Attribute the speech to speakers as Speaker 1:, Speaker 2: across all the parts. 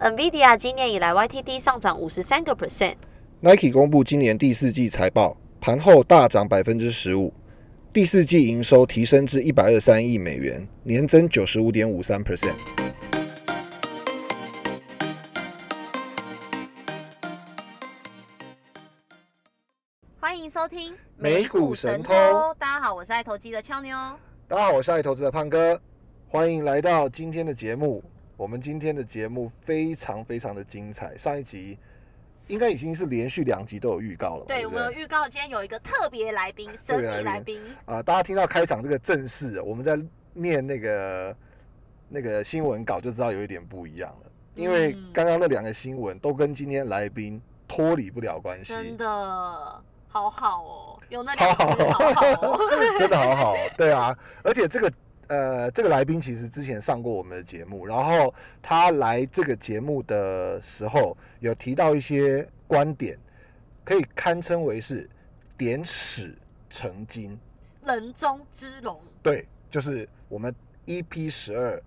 Speaker 1: NVIDIA 今年以来 YTD 上涨五十三个 percent。
Speaker 2: Nike 公布今年第四季财报，盘后大涨百分之十五，第四季营收提升至一百二三亿美元，年增九十五点五三 percent。
Speaker 1: 欢迎收听
Speaker 2: 美股神偷
Speaker 1: 大家好，我是爱投机的俏妞。
Speaker 2: 大家好，我是爱投资的胖哥，欢迎来到今天的节目。我们今天的节目非常非常的精彩，上一集应该已经是连续两集都有预告了吧，
Speaker 1: 对
Speaker 2: 不
Speaker 1: 我们有
Speaker 2: 对？
Speaker 1: 预告，今天有一个特别来宾，神秘来宾。
Speaker 2: 啊、大家听到开场这个正式，我们在念那个那个新闻稿就知道有一点不一样了，因为
Speaker 1: 嗯
Speaker 2: 刚刚那两个新闻都跟今天来宾脱离不了关系，
Speaker 1: 真的好好哦，有那
Speaker 2: 好
Speaker 1: 两只
Speaker 2: 好
Speaker 1: 好好哦。
Speaker 2: 真的好好，对啊，而且这个呃，这个来宾其实之前上过我们的节目，然后他来这个节目的时候有提到一些观点，可以堪称为是点史成金，
Speaker 1: 人中之 龙，
Speaker 2: 对，就是我们 EP 十二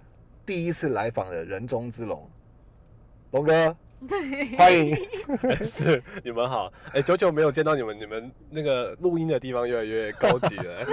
Speaker 2: 第一次来访的人中之龙，龙 哥，
Speaker 1: 对，
Speaker 2: 欢迎。
Speaker 3: 是 你们好，哎、久久没有见到你们，你们那个录音的地方越来越高级 了，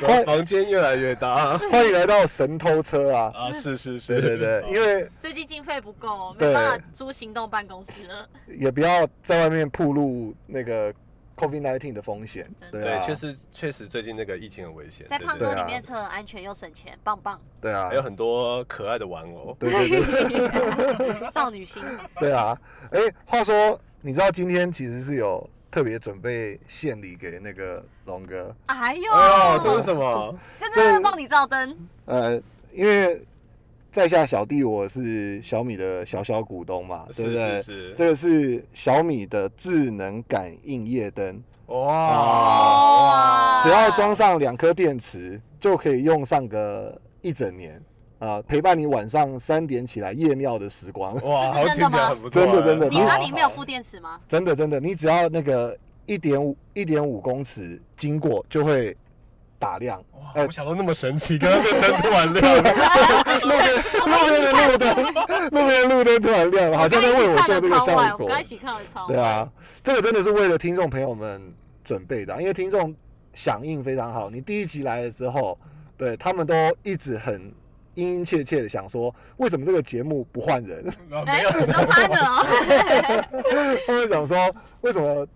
Speaker 3: 怎么房间越来越大
Speaker 2: 欢迎来到神偷车啊！
Speaker 1: 嗯
Speaker 3: 啊，是是是，
Speaker 2: 对对 对，因为
Speaker 1: 最近经费不够，哦没
Speaker 2: 对
Speaker 1: 办法租行动办公室了。
Speaker 2: 也不要在外面暴露那个 COVID 1 9的风险。
Speaker 1: 真的
Speaker 2: 对
Speaker 3: 对，
Speaker 2: 啊，
Speaker 3: 确实确实最近那个疫情很危险，
Speaker 1: 在
Speaker 3: 对
Speaker 1: 胖
Speaker 3: 对
Speaker 1: 哥
Speaker 2: 对
Speaker 1: 里
Speaker 2: 啊
Speaker 1: 面车很安全又省钱，棒棒，
Speaker 2: 对啊
Speaker 3: 还，有很多可爱的玩偶，
Speaker 2: 对对对 啊
Speaker 1: 少女心。
Speaker 2: 对啊！哎，话说，你知道今天其实是有特别准备献礼给那个龙哥，
Speaker 1: 哎呦，
Speaker 3: 哦，这是什么？
Speaker 1: 真
Speaker 2: 这
Speaker 1: 的是帮你照灯，
Speaker 2: 呃，因为在下小弟我是小米的小小股东嘛，对不
Speaker 3: 是
Speaker 2: 对？
Speaker 3: 是是，
Speaker 2: 这个是小米的智能感应夜灯，
Speaker 3: 哇
Speaker 2: 哦
Speaker 1: 哇
Speaker 2: 只要装上两颗电池，就可以用上个一整年啊、陪伴你晚上三点起来夜尿的时光。
Speaker 3: 哇，好
Speaker 1: 这
Speaker 3: 像
Speaker 1: 是真的
Speaker 3: 听起来
Speaker 1: 吗
Speaker 3: 很不错啊，
Speaker 2: 真的真的
Speaker 1: 你
Speaker 2: 好
Speaker 1: 那
Speaker 2: 好
Speaker 1: 里面有附电池吗？
Speaker 2: 真的真的，你只要那个一点五一点五公尺经过，就会打亮。
Speaker 3: 哇，
Speaker 2: 呃
Speaker 3: 我想到那么神奇，刚刚那灯突然亮了，
Speaker 2: 路边路边的路灯，路边的路灯突然亮了，好像在为我做这个
Speaker 1: 我刚一起看了
Speaker 2: 效
Speaker 1: 窗外我
Speaker 2: 果。
Speaker 1: 刚一起看了窗外。
Speaker 2: 对啊，这个真的是为了听众朋友们准备的啊，因为听众响应非常好。你第一集来了之后，对他们都一直很殷殷切切的想说，为什么这个节目不换人？
Speaker 3: 啊 没
Speaker 1: 哎，
Speaker 3: 有，
Speaker 1: 你都他的哦，
Speaker 2: 他们想说，为什么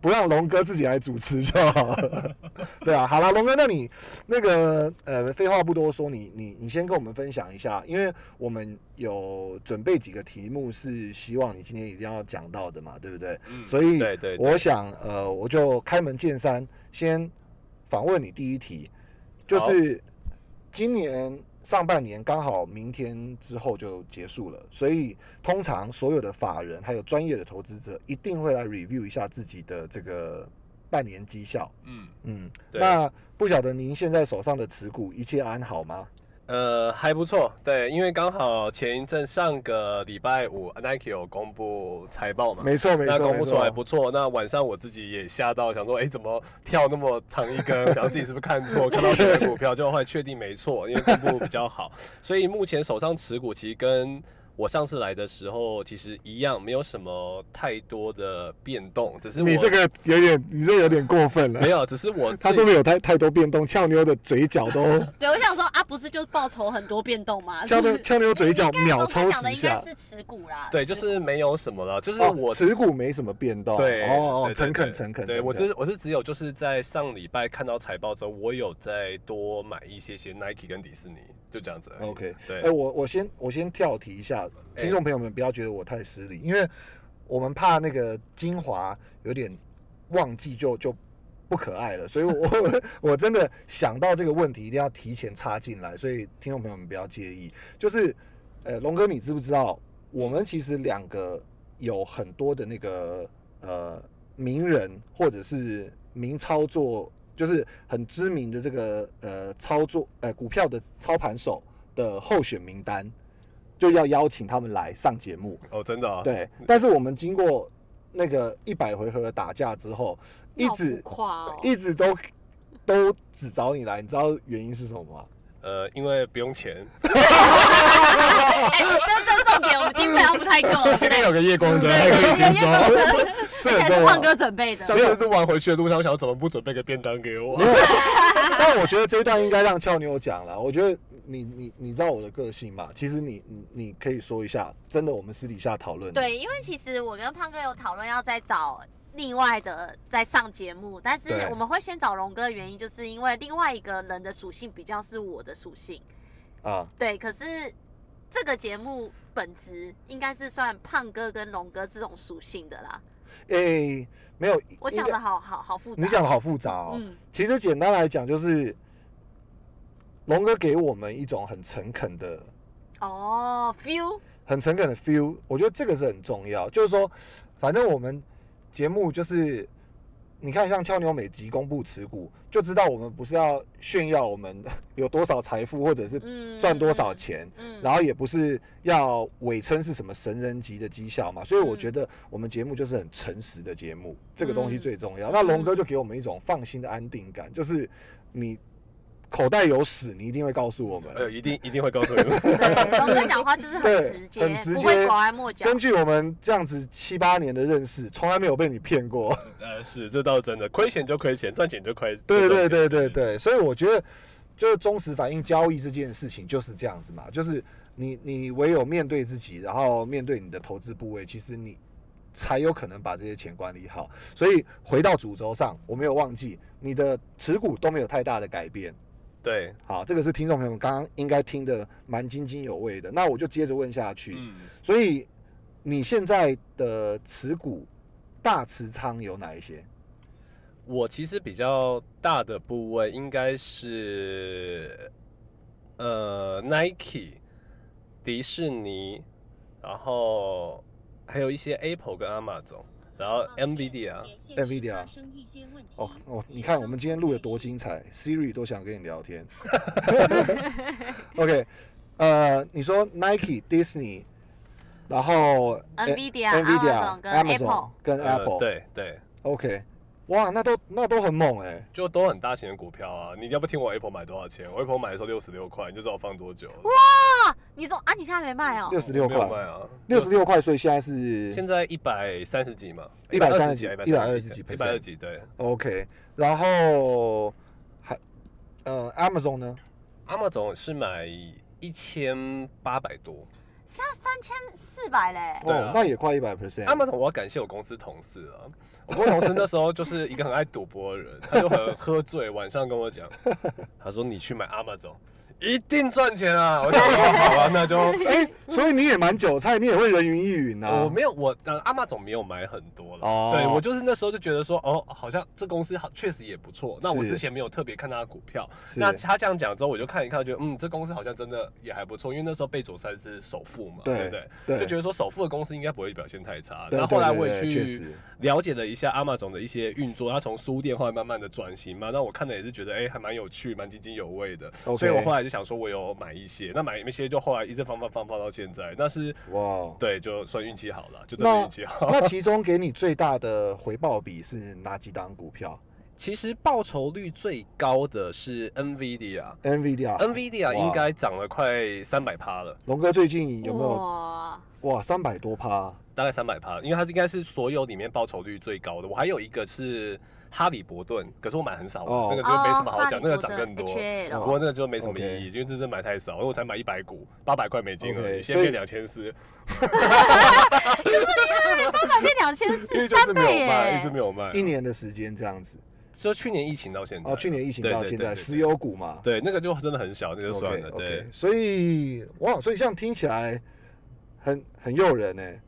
Speaker 2: 不让龙哥自己来主持就好了？对啊，好了，龙哥，那你那个呃，废话不多说，你你你先跟我们分享一下，因为我们有准备几个题目是希望你今天一定要讲到的嘛，对不对？
Speaker 3: 嗯
Speaker 2: 所以
Speaker 3: 对对对
Speaker 2: 我想呃，我就开门见山，先访问你第一题，就是今年上半年刚好明天之后就结束了，所以通常所有的法人还有专业的投资者一定会来 review 一下自己的这个半年绩效。
Speaker 3: 嗯，
Speaker 2: 嗯，
Speaker 3: 对。
Speaker 2: 那不晓得您现在手上的持股一切安好吗？
Speaker 3: 呃，还不错，对，因为刚好前一阵上个礼拜五，Nike 有公布财报嘛，
Speaker 2: 没错，没
Speaker 3: 啊那
Speaker 2: 错，
Speaker 3: 公
Speaker 2: 没
Speaker 3: 布出来
Speaker 2: 错。
Speaker 3: 不错。那晚上我自己也吓到，想说，哎，怎么跳那么长一根？然后自己是不是看错，看到别的股票，就后来确定没错，因为公布比较好。所以目前手上持股其实跟我上次来的时候其实一样，没有什么太多的变动，只是我
Speaker 2: 你这个有点，你这有点过分了
Speaker 3: 没。有，只是我
Speaker 2: 他
Speaker 3: 自
Speaker 2: 说没有太太多变动，俏妞的嘴角 都，
Speaker 1: 对，我想说啊，不是就是报酬很多变动吗？
Speaker 2: 俏
Speaker 1: 是不
Speaker 2: 妞
Speaker 1: 呃是
Speaker 2: 俏妞嘴角秒抽
Speaker 1: 刚刚讲的
Speaker 2: 十
Speaker 1: 应该
Speaker 2: 下。
Speaker 1: 是持股啦，
Speaker 3: 对，
Speaker 1: 持
Speaker 3: 就
Speaker 1: 股
Speaker 3: 是没有什么了，就是
Speaker 2: 哦
Speaker 3: 我
Speaker 2: 持股没什么变动。哦
Speaker 3: 对，对
Speaker 2: 哦，
Speaker 3: 对
Speaker 2: 诚恳
Speaker 3: 对
Speaker 2: 诚恳。
Speaker 3: 对
Speaker 2: 诚
Speaker 3: 我
Speaker 2: 恳
Speaker 3: 只我是只有就是在上礼拜看到财报之后，我有再多买一些些 Nike 跟迪士尼，就这样子而已。
Speaker 2: OK，
Speaker 3: 对
Speaker 2: 哎、我我先我先跳题一下，
Speaker 3: 哎
Speaker 2: 听众朋友们不要觉得我太失礼，因为我们怕那个精华有点忘记就就不可爱了，所以我我 我真的想到这个问题一定要提前插进来，所以听众朋友们不要介意。就是，呃，龙哥，你知不知道我们其实两个有很多的那个呃名人或者是名操作，就是很知名的这个呃操作呃股票的操盘手的候选名单，就要邀请他们来上节目。
Speaker 3: 哦，真的、哦，
Speaker 2: 对，但是我们经过那个一百回合的打架之后，一
Speaker 1: 好浮
Speaker 2: 直
Speaker 1: 夸哦，
Speaker 2: 一直都都只找你来，你知道原因是什么 吗？
Speaker 3: 呃，因为不用钱，
Speaker 1: 哎，这这重点我们经费好像不
Speaker 4: 代购，
Speaker 3: 今天有个夜 光灯，还可以接收。
Speaker 2: 这 很
Speaker 4: 还是
Speaker 2: 重
Speaker 4: 胖
Speaker 2: 要。
Speaker 4: 哥准备
Speaker 3: 上
Speaker 4: 的。
Speaker 3: 次录完回去的路上，我想怎么不准备个便当给我？
Speaker 2: 但我觉得这一段应该让俏妞讲了。我觉得你你你知道我的个性嘛？其实你你你可以说一下，真的我们私底下讨论。，
Speaker 4: 对，因为其实我跟胖哥有讨论要再找另外的再上节目，但是
Speaker 2: 对
Speaker 4: 我们会先找龙哥的原因，就是因为另外一个人的属性比较是我的属性。
Speaker 2: 啊，
Speaker 4: 对，可是这个节目本质应该是算胖哥跟龙哥这种属性的啦。
Speaker 2: 诶、没有，
Speaker 4: 我
Speaker 2: 应
Speaker 4: 讲
Speaker 2: 该
Speaker 4: 的好好好复杂。
Speaker 2: 你讲的好复杂哦。
Speaker 4: 嗯
Speaker 2: 其实简单来讲，就是龙哥给我们一种很诚恳的、
Speaker 4: 哦，feel
Speaker 2: 很诚恳的 feel，我觉得这个是很重要。就是说，反正我们节目就是，你看像俏妞每集公布持股，就知道我们不是要炫耀我们有多少财富，或者是
Speaker 4: 嗯
Speaker 2: 赚多少钱。
Speaker 4: 嗯，
Speaker 2: 然后也不是要伪称是什么神人级的绩效嘛，所以我
Speaker 4: 嗯
Speaker 2: 觉得我们节目就是很诚实的节目，这个
Speaker 4: 嗯
Speaker 2: 东西最重要。那龙哥就给我们一种放心的安定感，就是你口袋有屎，你一定会告诉我们。
Speaker 3: 哎呦，一定一定会告诉你 们。
Speaker 4: 对，龙哥讲话就是很
Speaker 2: 对
Speaker 4: 直接，
Speaker 2: 很直
Speaker 4: 不
Speaker 2: 接
Speaker 4: 会拐弯抹角。
Speaker 2: 根据我们这样子七八年的认识，从来没有被你骗过。
Speaker 3: 呃，是，这倒是真的，亏钱就亏钱，赚钱就亏。
Speaker 2: 对对对对对，所以我觉得就是忠实反映交易这件事情就是这样子嘛，就是你你唯有面对自己，然后面对你的投资部位，其实你才有可能把这些钱管理好。所以回到主轴上，我没有忘记你的持股都没有太大的改变。
Speaker 3: 对，
Speaker 2: 好，这个是听众朋友们刚刚应该听得蛮津津有味的。那我就接着问下去，
Speaker 3: 嗯，
Speaker 2: 所以你现在的持股大持仓有哪一些？
Speaker 3: 我其实比较大的部位应该是呃 Nike、迪士尼，然后还有一些 Apple 跟 Amazon，然后 NVIDIA。
Speaker 2: NVIDIA 啊哦哦，你看我们今天录的多精彩，Siri 都想跟你 聊天。OK，呃，你说 Nike、Disney，然后
Speaker 4: NVIDIA Amazon
Speaker 2: N- NVIDIA、
Speaker 4: 跟
Speaker 2: Amazon 跟
Speaker 3: 呃
Speaker 2: Apple，
Speaker 3: 对对，
Speaker 2: ，OK，哇，那都那都很猛哎、
Speaker 3: 就都很大型的股票啊！你要不听我 Apple 买多少钱？我 Apple 买的时候六十六块，你就知道我放多久了。
Speaker 4: 你说啊，你现在没卖哦
Speaker 2: 六？十六
Speaker 3: 我没有卖
Speaker 2: 块，
Speaker 3: 啊，
Speaker 2: 六十六块，所以现在是
Speaker 3: 现在一百三十几嘛，
Speaker 2: 130几
Speaker 3: 一
Speaker 2: 120几
Speaker 3: 一百二几，对。
Speaker 2: OK，然后还呃 Amazon 呢？
Speaker 3: 阿玛总是买一千八百多，
Speaker 4: 现在三千四百嘞。
Speaker 3: 对啊
Speaker 2: 哦，那也快一百 percent。
Speaker 3: 阿玛总我要感谢我公司同事啊，我公司同事那时候就是一个很爱赌博的人，他就很喝醉，晚上跟我讲，他说你去买阿玛总。一定赚钱啊！我想说好啊，那就
Speaker 2: 哎、所以你也蛮韭菜，你也会人云亦云啊呐、
Speaker 3: 我没有，我呃，阿玛总没有买很多了。
Speaker 2: 哦
Speaker 3: 对我就是那时候就觉得说，哦，好像这公司好确实也不错。那我
Speaker 2: 是
Speaker 3: 之前没有特别看它的股票，
Speaker 2: 是
Speaker 3: 那他这样讲之后，我就看一看，觉得嗯，这公司好像真的也还不错，因为那时候贝佐斯是首富嘛，
Speaker 2: 对
Speaker 3: 不对？
Speaker 2: 对
Speaker 3: 就觉得说首富的公司应该不会表现太差。
Speaker 2: 对
Speaker 3: 然后后来
Speaker 2: 对
Speaker 3: 我也
Speaker 2: 对确实
Speaker 3: 去了解了一下阿玛总的一些运作，他从书店后来慢慢的转型嘛，那我看了也是觉得哎、还蛮有趣，蛮津津有味的。
Speaker 2: OK
Speaker 3: 所以我后来就想说，我有买一些，那买一些就后来一直放放放放到现在，那是
Speaker 2: 哇哦
Speaker 3: 对，就算运气好了，就真的
Speaker 2: 那
Speaker 3: 运气 好。
Speaker 2: 那其中给你最大的回报比是哪几档股票
Speaker 3: 其实报酬率最高的是 NVIDIA。
Speaker 2: ？NVIDIA，哇
Speaker 3: NVIDIA 应该涨了快三百趴了，
Speaker 2: 龙哥最近有没有
Speaker 4: 哇，
Speaker 2: 哇三百多趴？
Speaker 3: 大概三百趴，因为它应该是所有里面报酬率最高的。我还有一个是哈利伯顿，可是我买很少，
Speaker 2: 哦
Speaker 3: 那个就没什么好
Speaker 4: 哦
Speaker 3: 讲，那个涨更多。
Speaker 4: 哈利
Speaker 3: 不
Speaker 4: 伯顿 HL
Speaker 3: 过那个就没什么
Speaker 2: OK
Speaker 3: 意义，因为这真的买太少，因为我才买一百股，八百块美金而
Speaker 2: OK，
Speaker 3: 已，
Speaker 2: 所
Speaker 3: 现在
Speaker 2: 以
Speaker 3: 变两千四，
Speaker 4: 八百变两千
Speaker 3: 因为
Speaker 4: 四，
Speaker 3: 就
Speaker 4: 翻
Speaker 3: 是没有
Speaker 4: 倍
Speaker 3: 卖，一直
Speaker 4: 耶！
Speaker 3: 没有卖
Speaker 2: 一。年的时间这样子
Speaker 3: 就去年疫情到现在，
Speaker 2: 哦，去年疫情到
Speaker 3: 对对
Speaker 2: 现
Speaker 3: 对
Speaker 2: 在，
Speaker 3: 对
Speaker 2: 石油股嘛，
Speaker 3: 对那个就真的很小，那就算
Speaker 2: OK
Speaker 3: 了。对
Speaker 2: OK，，所以哇，所以这样听起来很很诱人欸呢、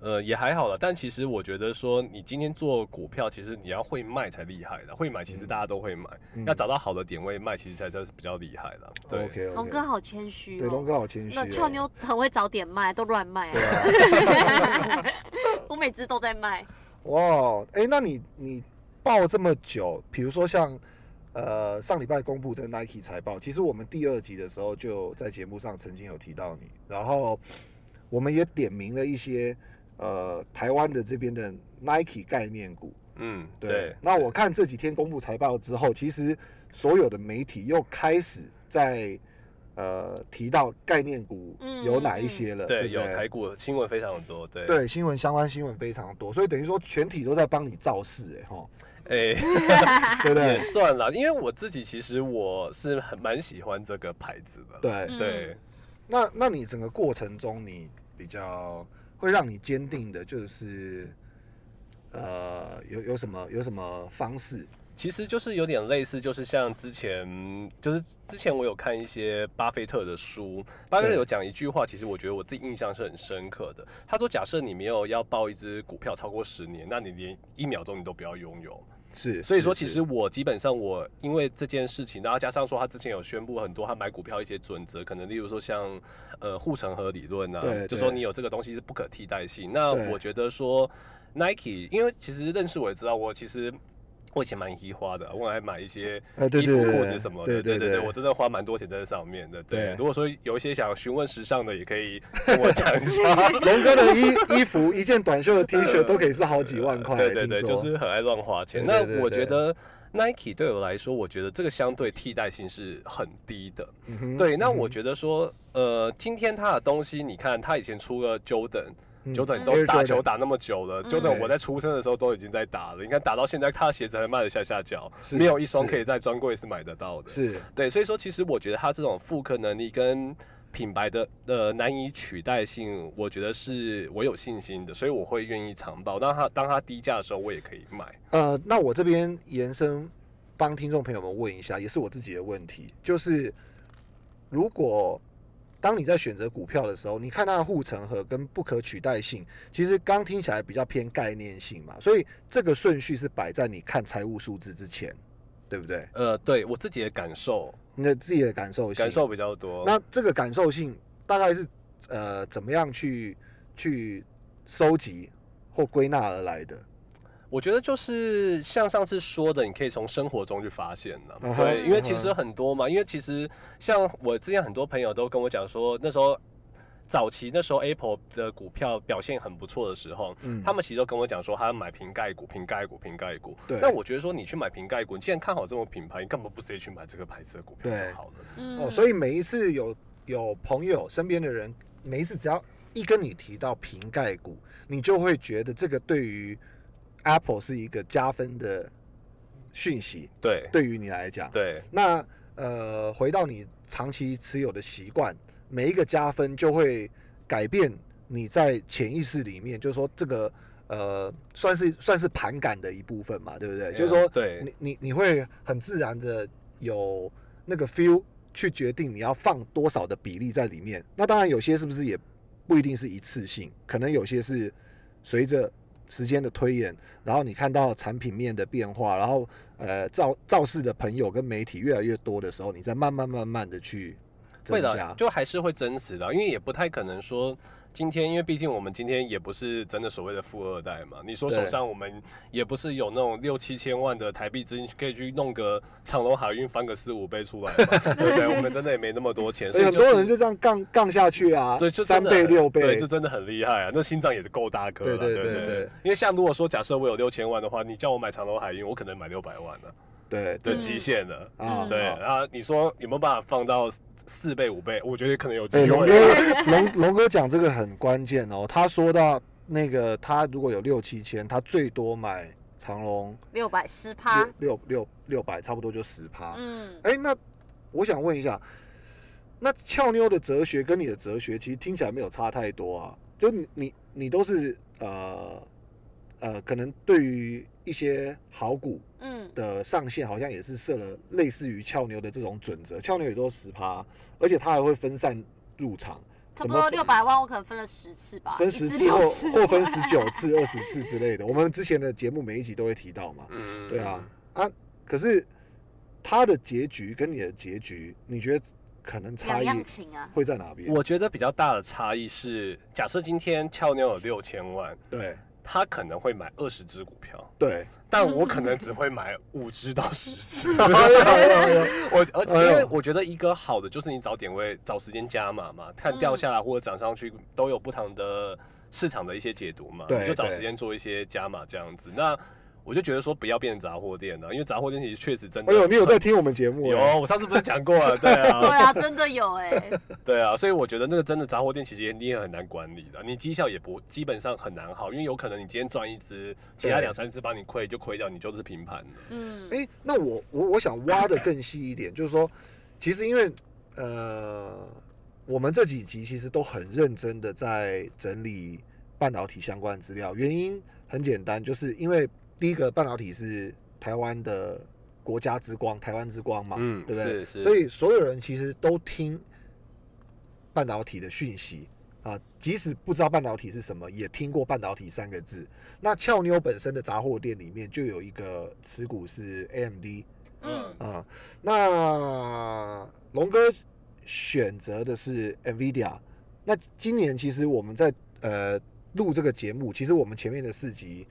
Speaker 3: 呃，也还好了，但其实我觉得说，你今天做股票，其实你要会卖才厉害的。会买，其
Speaker 2: 嗯
Speaker 3: 实大家都会买，要找到好的点位卖，其实才算是比较厉害的。对
Speaker 2: OK
Speaker 4: 龙哥
Speaker 2: OK，
Speaker 4: 好谦虚
Speaker 2: 对龙
Speaker 4: 哦。
Speaker 2: 哥好谦虚、
Speaker 4: 那
Speaker 2: 哦。
Speaker 4: 俏妞很会早点卖，都乱卖。啊
Speaker 2: 啊
Speaker 4: 我每只都在卖。
Speaker 2: 哇，哎、那你你报这么久，比如说像呃上礼拜公布这个 Nike 财报，其实我们第二集的时候就在节目上曾经有提到你，然后我们也点名了一些呃台湾的这边的 Nike 概念股。
Speaker 3: 嗯，
Speaker 2: 对，
Speaker 3: 对。
Speaker 2: 那我看这几天公布财报之后，其实所有的媒体又开始在呃提到概念股
Speaker 4: 嗯
Speaker 2: 有哪一些了，
Speaker 3: 对，
Speaker 2: 不
Speaker 3: 有
Speaker 2: 对？
Speaker 3: 台股新闻非常的多，对，
Speaker 2: 对新闻相关新闻非常多，所以等于说全体都在帮你造势、哎哈，
Speaker 3: 哎、
Speaker 2: 对不
Speaker 3: 也
Speaker 2: 对？
Speaker 3: 算啦，因为我自己其实我是很蛮喜欢这个牌子的，
Speaker 2: 对，
Speaker 4: 嗯
Speaker 3: 对，
Speaker 2: 那那你整个过程中，你比较会让你坚定的就是，呃，有有什么有什么方式？
Speaker 3: 其实就是有点类似，就是像之前，就是之前我有看一些巴菲特的书，巴菲特
Speaker 2: 对
Speaker 3: 有讲一句话，其实我觉得我自己印象是很深刻的。他说，假设你没有要抱一只股票超过十年，那你连一秒钟你都不要拥有。
Speaker 2: 是，
Speaker 3: 所以说，
Speaker 2: 是
Speaker 3: 其
Speaker 2: 是
Speaker 3: 实我基本上我因为这件事情，然后加上说他之前有宣布很多他买股票一些准则，可能例如说像呃护城河理论啊，
Speaker 2: 对
Speaker 3: 就说
Speaker 2: 对
Speaker 3: 你有这个东西是不可替代性。那
Speaker 2: 对
Speaker 3: 我觉得说 Nike，因为其实认识我也知道，我其实。我以前蛮喜花的，我还买一些
Speaker 2: 呃对
Speaker 3: 衣服、
Speaker 2: 对对
Speaker 3: 裤子什么的，
Speaker 2: 对对
Speaker 3: 对
Speaker 2: 对
Speaker 3: 我真的花蛮多钱在这上面的。对，
Speaker 2: 对
Speaker 3: 如果说有一些想询问时尚的，也可以跟我讲一下。
Speaker 2: 龙哥的衣 衣服，一件短袖的 T 恤都可以是好几万块，
Speaker 3: 呃
Speaker 2: 欸
Speaker 3: 对对对，
Speaker 2: 听
Speaker 3: 就
Speaker 2: 说
Speaker 3: 是很爱乱花钱。
Speaker 2: 对对对
Speaker 3: 那我
Speaker 2: 对
Speaker 3: 觉得 Nike 对我来说，我觉得这个相对替代性是很低的。
Speaker 2: 嗯哼
Speaker 3: 对，那我觉得说，呃，今天他的东西，你看他以前出了 Jordan。
Speaker 2: 嗯
Speaker 3: Jordan
Speaker 2: 因
Speaker 3: 都
Speaker 2: 为
Speaker 3: 打
Speaker 2: Jordan
Speaker 3: 球打那么久了，Jordan 我在出生的时候都已经在打了。你看打到现在，他的鞋子还卖得下下脚，
Speaker 2: 是
Speaker 3: 没有一双
Speaker 2: 是
Speaker 3: 可以在专柜是买得到的。
Speaker 2: 是
Speaker 3: 对，所以说其实我觉得它这种复刻能力跟品牌的呃难以取代性，我觉得是我有信心的，所以我会愿意长报。当它当它低价的时候，我也可以买。
Speaker 2: 呃，那我这边延伸帮听众朋友们问一下，也是我自己的问题，就是如果当你在选择股票的时候，你看它的护城河跟不可取代性，其实刚听起来比较偏概念性嘛，所以这个顺序是摆在你看财务数字之前，对不对？
Speaker 3: 呃，对我自己的感受
Speaker 2: 你的自己的感受性，
Speaker 3: 感受比较多。
Speaker 2: 那这个感受性大概是呃怎么样去去收集或归纳而来的？
Speaker 3: 我觉得就是像上次说的，你可以从生活中去发现的
Speaker 2: 嗯哼
Speaker 3: 对，因为其
Speaker 2: 嗯
Speaker 3: 实很多嘛，因为其实像我之前很多朋友都跟我讲说，那时候早期那时候 Apple 的股票表现很不错的时候，
Speaker 2: 嗯
Speaker 3: 他们其实都跟我讲说，他买瓶盖股、瓶盖股、瓶盖股。
Speaker 2: 对
Speaker 3: 那我觉得说，你去买瓶盖股，你既然看好这种品牌，你干嘛不直接去买这个牌子的股票
Speaker 2: 对
Speaker 3: 就好了？
Speaker 4: 嗯
Speaker 2: 哦，所以每一次有有朋友身边的人，每一次只要一跟你提到瓶盖股，你就会觉得这个对于 Apple 是一个加分的讯息，
Speaker 3: 对
Speaker 2: 对于你来讲。
Speaker 3: 对
Speaker 2: 那呃，回到你长期持有的习惯，每一个加分就会改变你在潜意识里面，就是说这个呃，算是算是盘感的一部分嘛，对不对？
Speaker 3: 嗯
Speaker 2: 就是说，
Speaker 3: 对
Speaker 2: 你你你会很自然的有那个 feel 去决定你要放多少的比例在里面。那当然，有些是不是也不一定是一次性，可能有些是随着时间的推演，然后你看到产品面的变化，然后呃造造势的朋友跟媒体越来越多的时候，你再慢慢慢慢的去增
Speaker 3: 会
Speaker 2: 加
Speaker 3: 的，。就还是会增持的啊，因为也不太可能说今天，因为毕竟我们今天也不是真的所谓的富二代嘛。你说手
Speaker 2: 对
Speaker 3: 上我们也不是有那种六七千万的台币资金可以去弄个长隆海运翻个四五倍 出来嘛，对不对？我们真的也没那么多钱，
Speaker 2: 所
Speaker 3: 所
Speaker 2: 以
Speaker 3: 以
Speaker 2: 很多
Speaker 3: 是
Speaker 2: 人就这样杠杠下去啊，
Speaker 3: 对，就
Speaker 2: 三
Speaker 3: 真的
Speaker 2: 倍
Speaker 3: 很
Speaker 2: 六倍，
Speaker 3: 对，就真的很厉害啊！那心脏也够大颗了，
Speaker 2: 对对
Speaker 3: 对
Speaker 2: 对对
Speaker 3: 因为像如果说假设我有六千万的话，你叫我买长隆海运，我可能买六百万了、
Speaker 2: 对
Speaker 3: 对，
Speaker 4: 嗯
Speaker 3: 极限了。
Speaker 2: 啊，
Speaker 3: 对，
Speaker 2: 好
Speaker 3: 然后你说有没有办法放到四倍五倍？我觉得可能有
Speaker 2: 哎，
Speaker 3: 机
Speaker 2: 龙
Speaker 3: 会。啊
Speaker 2: 哥，龙龙哥讲这个很关键哦。他说到那个，他如果有六七千，他最多买长隆
Speaker 4: 六百十趴
Speaker 2: 六，六六六百，差不多就十趴。
Speaker 4: 嗯，
Speaker 2: 哎、那我想问一下，那俏妞的哲学跟你的哲学其实听起来没有差太多啊，就你你你都是呃呃，可能对于一些好股
Speaker 4: 嗯，
Speaker 2: 的上限，好像也是设了类似于俏妞的这种准则，俏妞也都十趴，而且它还会分散入场，
Speaker 4: 差不
Speaker 2: 什么
Speaker 4: 多六百万，我可能分了十次吧，
Speaker 2: 分
Speaker 4: 一
Speaker 2: 十
Speaker 4: 次
Speaker 2: 次或
Speaker 4: 六次
Speaker 2: 或分十九次、二十次之类的，我们之前的节目每一集都会提到嘛。
Speaker 3: 嗯
Speaker 2: 对啊，，啊，可是他的结局跟你的结局，你觉得可能差
Speaker 4: 两
Speaker 2: 异
Speaker 4: 样情啊，
Speaker 2: 会在哪边？
Speaker 3: 我觉得比较大的差异是，假设今天俏妞有六千万，
Speaker 2: 对
Speaker 3: 他可能会买二十只股 票，
Speaker 2: 对，
Speaker 3: 但我可能只会买五只到十 只。
Speaker 2: 哎呦哎呦哎呦
Speaker 3: 我而且
Speaker 2: 哎呦
Speaker 3: 因为我觉得一个好的就是你找点位、找时间加码嘛，看掉下来或者涨上去都有不同的市场的一些解读嘛，
Speaker 2: 对
Speaker 3: 你就找
Speaker 2: 对
Speaker 3: 时间做一些加码这样子。那我就觉得说不要变成杂货店了、啊因为杂货店其实确实真的
Speaker 2: 哎呦，你有在听我们节目？哦
Speaker 3: 有，我上次不是讲过了，对
Speaker 4: 对
Speaker 3: 啊，
Speaker 4: 啊，真的有哎、
Speaker 3: 对啊，所以我觉得那个真的杂货店其实也你也很难管理的，你绩效也不基本上很难好，因为有可能你今天赚一只，其他
Speaker 2: 对
Speaker 3: 两三只帮你亏就亏掉，你就是平盘了。
Speaker 4: 嗯，
Speaker 2: 哎、那我我我想挖的更细一点，就是说，其实因为呃，我们这几集其实都很认真的在整理半导体相关的资料，原因很简单，就是因为第一个半导体是台湾的国家之光，台湾之光嘛，
Speaker 3: 嗯
Speaker 2: 对不对？
Speaker 3: 是是
Speaker 2: 所以所有人其实都听半导体的讯息。啊，即使不知道半导体是什么，也听过半导体三个字。那俏妞本身的杂货店里面就有一个持股是 AMD
Speaker 4: 嗯
Speaker 2: 啊、那龙哥选择的是 NVIDIA。那今年其实我们在呃录这个节目，其实我们前面的四集，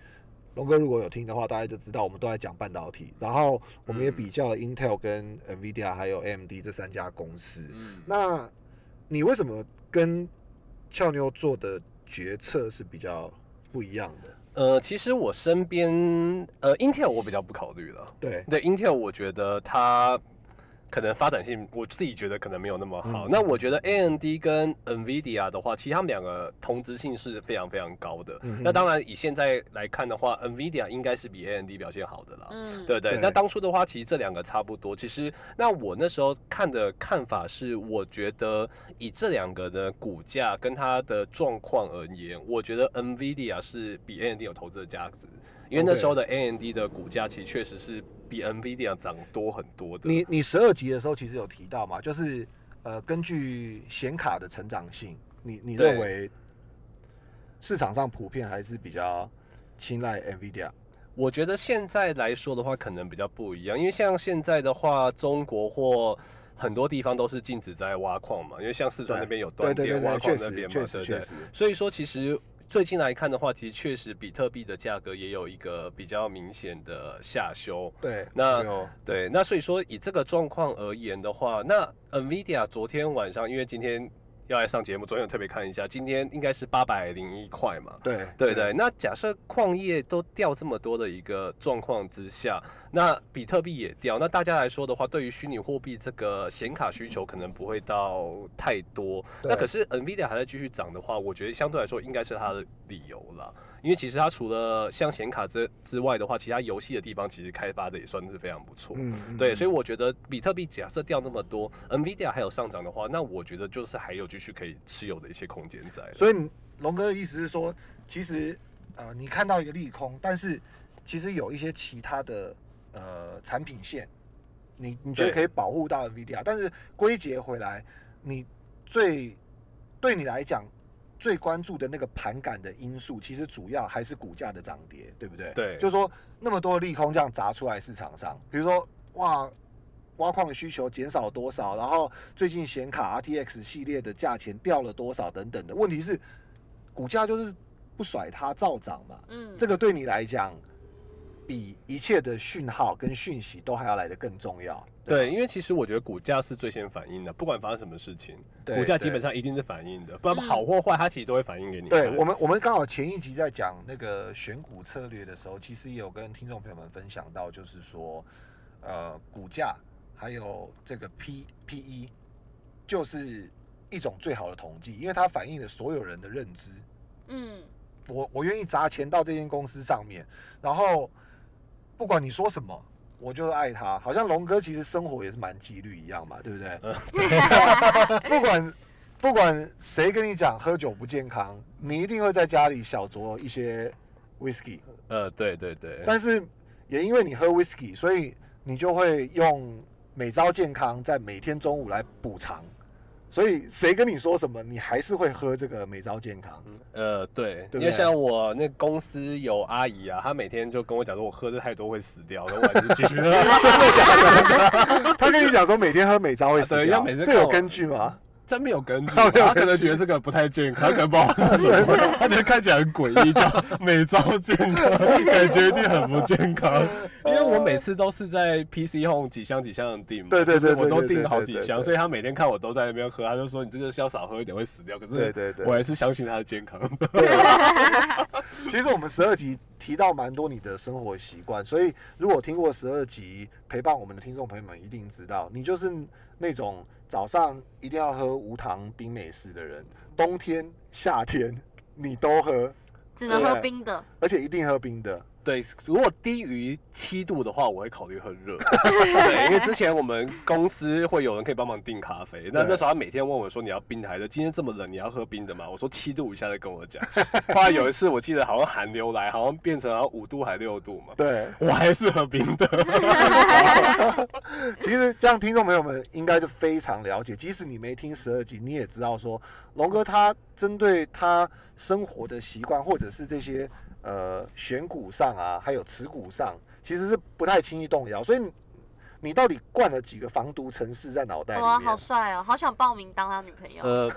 Speaker 2: 龙哥如果有听的话，大家就知道我们都在讲半导体，然后我们也
Speaker 3: 嗯
Speaker 2: 比较了 Intel 跟 NVIDIA 还有 AMD 这三家公司。
Speaker 3: 嗯，
Speaker 2: 那你为什么跟俏妞做的决策是比较不一样的？
Speaker 3: 呃，其实我身边呃 Intel 我比较不考虑了，
Speaker 2: 对，
Speaker 3: 对 Intel，我觉得它可能发展性，我自己觉得可能没有那么好。
Speaker 2: 嗯
Speaker 3: 那我觉得 AMD 跟 NVIDIA 的话，其实他们两个同质性是非常非常高的。
Speaker 2: 嗯哼
Speaker 3: 那当然，以现在来看的话，NVIDIA 应该是比 AMD 表现好的啦。
Speaker 4: 嗯，
Speaker 3: 对对
Speaker 2: 对，
Speaker 3: 那当初的话，其实这两个差不多。其实，那我那时候看的看法是，我觉得以这两个的股价跟它的状况而言，我觉得 NVIDIA 是比 AMD 有投资的价值，因为那
Speaker 2: OK
Speaker 3: 时候的 AMD 的股价其实确实是比 NVIDIA 涨多很多的。
Speaker 2: 你你十二集的时候其实有提到嘛，就是呃，根据显卡的成长性，你你
Speaker 3: 对
Speaker 2: 认为市场上普遍还是比较青睐 NVIDIA？
Speaker 3: 我觉得现在来说的话，可能比较不一样，因为像现在的话，中国或很多地方都是禁止在挖矿嘛，因为像四川那边有断
Speaker 2: 对对
Speaker 3: 电，
Speaker 2: 对
Speaker 3: 挖
Speaker 2: 对，
Speaker 3: 矿
Speaker 2: 确
Speaker 3: 那
Speaker 2: 实
Speaker 3: 边嘛，
Speaker 2: 确
Speaker 3: 对
Speaker 2: 实
Speaker 3: 不
Speaker 2: 确
Speaker 3: 对？
Speaker 2: 实，
Speaker 3: 所以说，其实最近来看的话，其实确实比特币的价格也有一个比较明显的下修。
Speaker 2: 对。
Speaker 3: 那
Speaker 2: 有
Speaker 3: 对，那所以说以这个状况而言的话，那 Nvidia 昨天晚上，因为今天要来上节目，昨天有特别看一下，今天应该是八百零一块嘛。
Speaker 2: 对
Speaker 3: 对对，那假设矿业都掉这么多的一个状况之下，那比特币也掉，那大家来说的话，对于虚拟货币这个显卡需求可能不会到太多。
Speaker 2: 对
Speaker 3: 那可是 NVIDIA 还在继续涨的话，我觉得相对来说应该是它的理由啦。因为其实它除了像显卡之之外的话，其他游戏的地方其实开发的也算是非常不错。
Speaker 2: 嗯，嗯
Speaker 3: 对，所以我觉得比特币假设掉那么多，NVIDIA 还有上涨的话，那我觉得就是还有继续可以持有的一些空间在了。
Speaker 2: 所以你龙哥的意思是说，其实呃，你看到一个利空，但是其实有一些其他的呃产品线，你你觉得
Speaker 3: 对
Speaker 2: 可以保护到 NVIDIA，但是归结回来，你最对你来讲最关注的那个盘感的因素，其实主要还是股价的涨跌，对不对？
Speaker 3: 对
Speaker 2: 就是说那么多利空这样砸出来市场上，比如说哇。挖矿的需求减少多少，然后最近显卡 RTX 系列的价钱掉了多少等等的。问题是，股价就是不甩它，照涨嘛。
Speaker 4: 嗯，
Speaker 2: 这个对你来讲，比一切的讯号跟讯息都还要来得更重要。
Speaker 3: 对，因为其实我觉得股价是最先反应的，不管发生什么事情，
Speaker 2: 对
Speaker 3: 股价基
Speaker 2: 对
Speaker 3: 本上一定是反应的，不然
Speaker 4: 嗯
Speaker 3: 好或坏，它其实都会反映给你看。
Speaker 2: 对我们，我们刚好前一集在讲那个选股策略的时候，其实也有跟听众朋友们分享到，就是说，呃，股价还有这个 P P E，就是一种最好的统计，因为它反映了所有人的认知。
Speaker 4: 嗯
Speaker 2: 我我愿意砸钱到这间公司上面，然后不管你说什么，我就爱它。好像龙哥其实生活也是蛮纪律一样嘛，对不对？ 不管不管谁跟你讲喝酒不健康，你一定会在家里小酌一些 whisky，
Speaker 3: 呃，对对对，
Speaker 2: 但是也因为你喝 whisky，所以你就会用每朝健康在每天中午来补偿。所以谁跟你说什么，你还是会喝这个每朝健康。
Speaker 3: 呃对，
Speaker 2: 对不
Speaker 3: 因
Speaker 2: 对
Speaker 3: 为像我那公司有阿姨啊，她每天就跟我讲说，我喝的太多会死掉，然后我还是继续喝。
Speaker 2: 他跟你讲说每天喝美招会死
Speaker 3: 对
Speaker 2: 掉，
Speaker 3: 要每次
Speaker 2: 这
Speaker 3: 看
Speaker 2: 有
Speaker 3: 我
Speaker 2: 根据吗？
Speaker 3: 真没有根据，
Speaker 2: 没有
Speaker 3: 他可
Speaker 2: 根
Speaker 3: 能
Speaker 2: 据
Speaker 3: 觉得这个不太健康，他可能不好 吃，他觉得看起来很诡异，叫 美招健康，感觉一定很不健 康。因为我每次都是在 PC Home 几箱几箱的订嘛，
Speaker 2: 对对对
Speaker 3: 就是我
Speaker 2: 对
Speaker 3: 都
Speaker 2: 对
Speaker 3: 订好
Speaker 2: 对
Speaker 3: 几
Speaker 2: 对
Speaker 3: 箱，
Speaker 2: 对
Speaker 3: 所以他每天看我都在那边喝，他就说你这个是要少喝一点会死掉，可
Speaker 2: 对
Speaker 3: 是
Speaker 2: 对对
Speaker 3: 我还是相信他的健康。
Speaker 2: 其实我们十二集提到蛮多你的生活习惯，所以如果听过十二集陪伴我们的听众朋友们，一定知道你就是那种早上一定要喝无糖冰美式的人，冬天、夏天你都喝，
Speaker 4: 只能喝
Speaker 2: 对啊
Speaker 4: 冰的。
Speaker 2: 而且一定喝冰的。
Speaker 3: 对，如果低于七度的话，我会考虑喝热。 对，因为之前我们公司会有人可以帮忙订咖啡，那
Speaker 2: 对
Speaker 3: 那时候他每天问我说你要冰的还是今天这么冷你要喝冰的吗？我说七度以下再跟我讲。后来有一次我记得好像寒流来，好像变成好像五度还六度嘛，
Speaker 2: 对，
Speaker 3: 我还是喝冰的。
Speaker 2: 其实这样听众朋友们应该就非常了解，即使你没听十二集，你也知道说龙哥他针对他生活的习惯，或者是这些呃选股上啊，还有持股上，其实是不太轻易动摇。所以你你到底灌了几个防毒城市在脑袋里
Speaker 4: 哇，好
Speaker 2: 面？
Speaker 4: 帅哦，好想报名当他女朋友。
Speaker 3: 呃，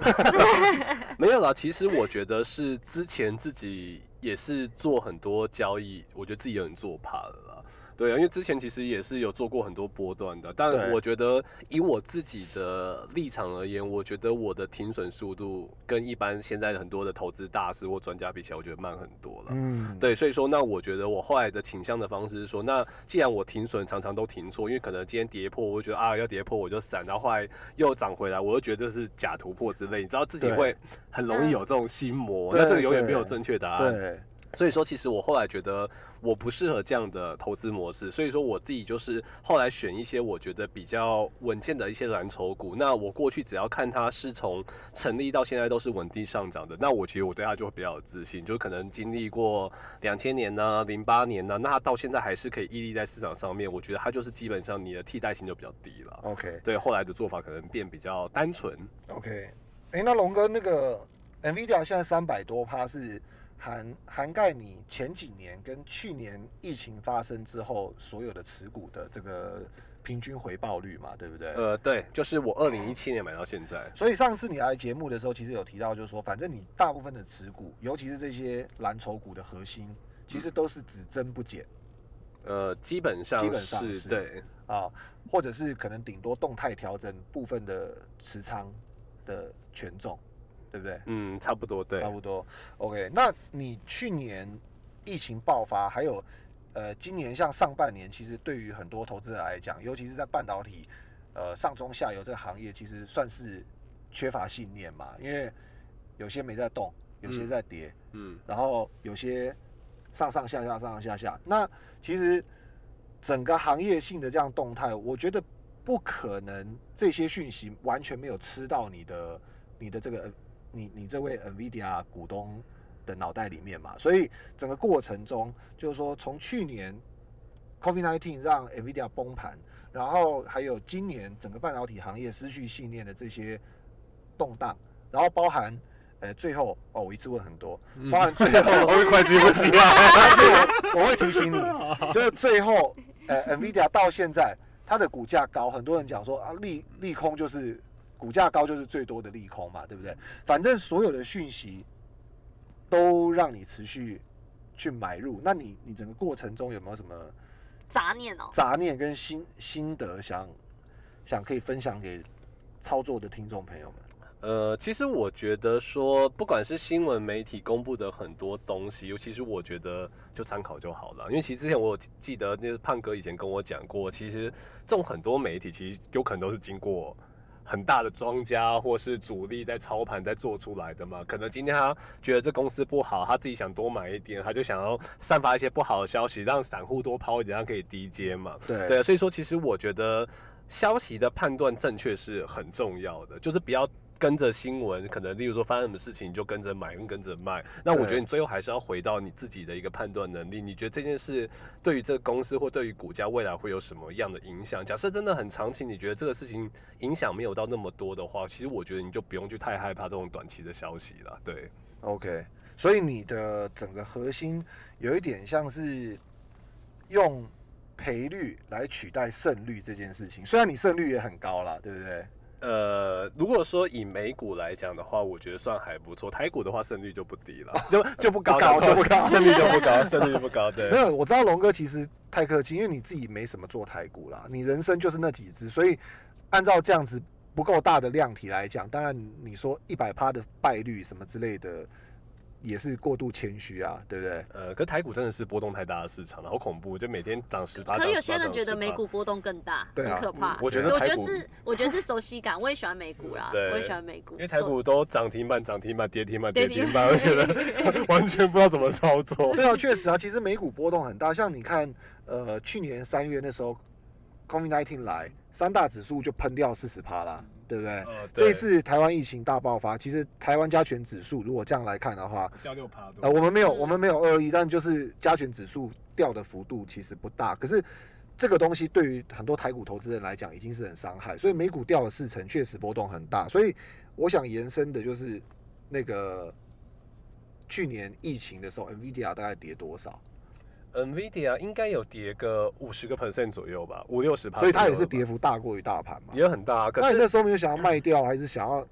Speaker 3: 没有啦。其实我觉得是之前自己也是做很多交易，我觉得自己有点做怕了啦。对啊，因为之前其实也是有做过很多波段的，但
Speaker 2: 对
Speaker 3: 我觉得以我自己的立场而言，我觉得我的停损速度跟一般现在的很多的投资大师或专家比起来，我觉得慢很多了。
Speaker 2: 嗯，
Speaker 3: 对，所以说，那我觉得我后来的倾向的方式是说，那既然我停损常常都停错，因为可能今天跌破，我就觉得啊要跌破我就散，然后后来又涨回来，我又觉得是假突破之类，你知道自己
Speaker 2: 对
Speaker 3: 会很容易有这种心魔，
Speaker 2: 对
Speaker 3: 那这个永远没有
Speaker 2: 对
Speaker 3: 正确答案。
Speaker 2: 对，
Speaker 3: 所以说，其实我后来觉得我不适合这样的投资模式，所以说我自己就是后来选一些我觉得比较稳健的一些蓝筹股。那我过去只要看它是从成立到现在都是稳定上涨的，那我其实我对它就会比较有自信。就可能经历过两千年呢、零八年呢、那它到现在还是可以屹立在市场上面，我觉得它就是基本上你的替代性就比较低了。
Speaker 2: OK
Speaker 3: 对，后来的做法可能变比较单纯。
Speaker 2: OK，哎、那龙哥那个 NVIDIA 现在三百多趴是涵涵盖你前几年跟去年疫情发生之后所有的持股的这个平均回报率嘛，对不对？
Speaker 3: 呃，对，就是我二零一七年买到现在。
Speaker 2: 所以上次你来节目的时候，其实有提到，就是说，反正你大部分的持股，尤其是这些蓝筹股的核心，其实都是只增不减
Speaker 3: 呃，基本上
Speaker 2: 基
Speaker 3: 是
Speaker 2: 本上是
Speaker 3: 对，
Speaker 2: 啊，或者是可能顶多动态调整部分的持仓的权重，对不对？
Speaker 3: 嗯，差不多，对，
Speaker 2: 差不多。OK，那你去年疫情爆发，还有呃，今年像上半年，其实对于很多投资人来讲，尤其是在半导体呃上中下游这个行业，其实算是缺乏信念嘛，因为有些没在动，有些
Speaker 3: 嗯
Speaker 2: 在跌，
Speaker 3: 嗯，
Speaker 2: 然后有些上上下下上上下下。那其实整个行业性的这样动态，我觉得不可能这些讯息完全没有吃到你的你的这个呃你你这位 NVIDIA 股东的脑袋里面嘛。所以整个过程中，就是说从去年 COVID-19 让 NVIDIA 崩盘，然后还有今年整个半导体行业失去信念的这些动荡，然后包含。呃，最后哦，我一次问很多，包含最后，
Speaker 3: 我 会会计哦不起来。
Speaker 2: 但是我我会提醒你，就是最后，呃，NVIDIA 到现在它的股价高，很多人讲说啊，利利空就是股价高就是最多的利空嘛，对不对？反正所有的讯息都让你持续去买入，那你你整个过程中有没有什么
Speaker 4: 杂念哦，
Speaker 2: 杂念跟心心得想想可以分享给操作的听众朋友们？
Speaker 3: 呃，其实我觉得说，不管是新闻媒体公布的很多东西，尤其是我觉得就参考就好了。因为其实之前我有记得，那个胖哥以前跟我讲过，其实这种很多媒体其实有可能都是经过。很大的庄家或是主力在操盘在做出来的嘛，可能今天他觉得这公司不好，他自己想多买一点，他就想要散发一些不好的消息，让散户多抛一点，他可以低接嘛。
Speaker 2: 对
Speaker 3: 对，啊所以说其实我觉得消息的判断正确是很重要的，就是不要。跟着新闻，可能例如说发生什么事情，你就跟着买，跟跟着卖。那我觉
Speaker 2: 对
Speaker 3: 得你最后还是要回到你自己的一个判断能力。你觉得这件事对于这个公司或对于股价未来会有什么样的影响？假设真的很长期，你觉得这个事情影响没有到那么多的话，其实我觉得你就不用去太害怕这种短期的消息了。对，
Speaker 2: OK，所以你的整个核心有一点像是用赔率来取代胜率这件事情，虽然你胜率也很高啦，对不对？
Speaker 3: 呃，如果说以美股来讲的话，我觉得算还不错。台股的话，胜率就不低了，就就不高，
Speaker 2: 不高
Speaker 3: 讲错
Speaker 2: 就不高
Speaker 3: 胜率就不高，胜率就不高。对
Speaker 2: 没，有，我知道龙哥其实太客气，因为你自己没什么做台股啦，你人生就是那几只，所以按照这样子不够大的量体来讲，当然你说一百趴的败率什么之类的，也是过度谦虚啊，对不对？
Speaker 3: 呃，可台股真的是波动太大的市场了，好恐怖，就每天涨十八。
Speaker 4: 可
Speaker 3: 涨
Speaker 4: 有些
Speaker 3: 18
Speaker 4: 人觉得
Speaker 3: 涨18
Speaker 4: 美股波动更大，
Speaker 2: 对啊
Speaker 4: 很可怕。
Speaker 3: 我觉得
Speaker 4: 对我觉
Speaker 3: 台
Speaker 4: 得
Speaker 3: 股
Speaker 4: 是，我觉得是熟悉感。我也喜欢美股 啦，
Speaker 3: 对
Speaker 4: 我也喜欢美股，
Speaker 3: 因为台
Speaker 4: 所
Speaker 3: 股都涨停板、涨停板、跌停板、跌
Speaker 4: 跌
Speaker 3: 停
Speaker 4: 停
Speaker 3: 板，
Speaker 4: 板
Speaker 3: 我觉 得 完全不知道怎么操作。
Speaker 2: 对啊，确实啊，其实美股波动很大，像你看，呃，去年三月那时候 COVID 1 9来，三大指数就喷掉四十趴啦，对不对？
Speaker 3: 呃
Speaker 2: 这一次台湾疫情大爆发，其实台湾加权指数如果这样来看的话，
Speaker 3: 掉六趴
Speaker 2: 呃，我们没有
Speaker 4: 嗯
Speaker 2: 我们没有恶意，但就是加权指数掉的幅度其实不大，可是这个东西对于很多台股投资人来讲已经是很伤害，所以美股掉了四成，确实波动很大。所以我想延伸的就是那个去年疫情的时候，NVIDIA 大概跌多少？
Speaker 3: 呃 NVIDIA 应该有跌个五十个 percent 左右吧，五六十趴，
Speaker 2: 所以它也是跌幅大过于大盘嘛。
Speaker 3: 也很大。啊可
Speaker 2: 那你
Speaker 3: 是
Speaker 2: 那时候没有想要卖掉，还是想 要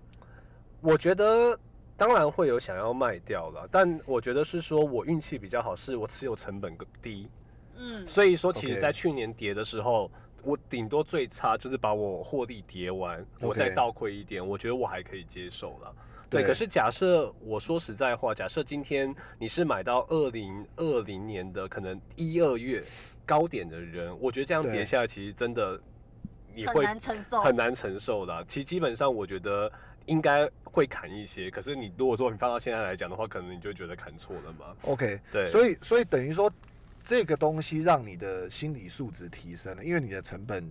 Speaker 3: 我觉得当然会有想要卖掉了，但我觉得是说我运气比较好，是我持有成本低，
Speaker 4: 以嗯，
Speaker 3: 所以说其实
Speaker 2: OK
Speaker 3: 在去年跌的时候。我顶多最差就是把我获利跌完，我
Speaker 2: OK
Speaker 3: 再倒亏一点，我觉得我还可以接受了。对，
Speaker 2: 对
Speaker 3: 可是假设我说实在话，假设今天你是买到二零二零年的可能一二月高点的人，我觉得这样
Speaker 2: 对
Speaker 3: 跌下来，其实真的你
Speaker 4: 很
Speaker 3: 会
Speaker 4: 难承受。
Speaker 3: 很难承受的啊、其实基本上我觉得应该会砍一些，可是你如果说你放到现在来讲的话，可能你就觉得砍错了嘛。
Speaker 2: OK？
Speaker 3: 对，以
Speaker 2: 所以所以等于说这个东西让你的心理素质提升了，因为你的成本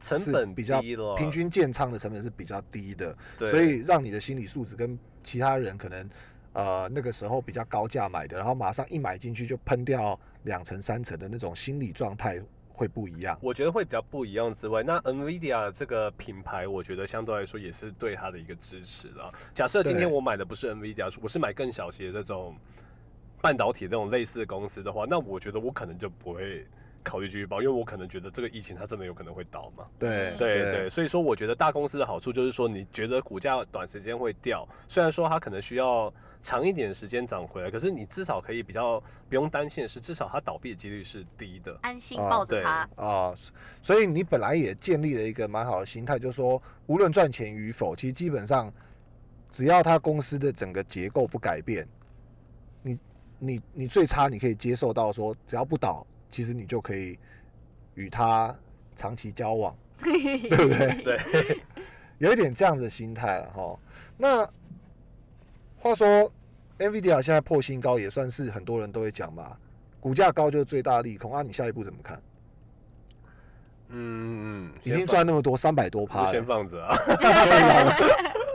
Speaker 3: 成
Speaker 2: 是
Speaker 3: 本
Speaker 2: 比较
Speaker 3: 低了，
Speaker 2: 平均建仓的成本是比较低的，
Speaker 3: 对，
Speaker 2: 所以让你的心理素质跟其他人可能。呃，那个时候比较高价买的，然后马上一买进去就喷掉两成三成的那种心理状态会不一样。
Speaker 3: 我觉得会比较不一样之外，那 NVIDIA 这个品牌，我觉得相对来说也是对它的一个支持了。假设今天
Speaker 2: 对
Speaker 3: 我买的不是 NVIDIA，我是买更小型的这种半导体这种类似的公司的话，那我觉得我可能就不会考虑继续报，因为我可能觉得这个疫情它真的有可能会倒嘛。
Speaker 2: 对
Speaker 3: 对对，所以说我觉得大公司的好处就是说，你觉得股价短时间会掉，虽然说它可能需要长一点的时间涨回来，可是你至少可以比较不用担心的是，至少它倒闭的几率是低的。
Speaker 4: 安心
Speaker 2: 啊
Speaker 4: 抱着
Speaker 3: 对
Speaker 4: 它，
Speaker 2: 啊、所以你本来也建立了一个蛮好的心态，就是说，无论赚钱与否，其实基本上，只要他公司的整个结构不改变，你你你最差你可以接受到说，只要不倒，其实你就可以与他长期交往，对不对？
Speaker 3: 对，
Speaker 2: 有一点这样子的心态了哈。那话说，NVIDIA 现在破新高，也算是很多人都会讲嘛，股价高就是最大利空啊。你下一步怎么看？
Speaker 3: 嗯，嗯
Speaker 2: 已经赚那么多，三百多趴
Speaker 3: 就
Speaker 2: 了，
Speaker 3: 先放着啊。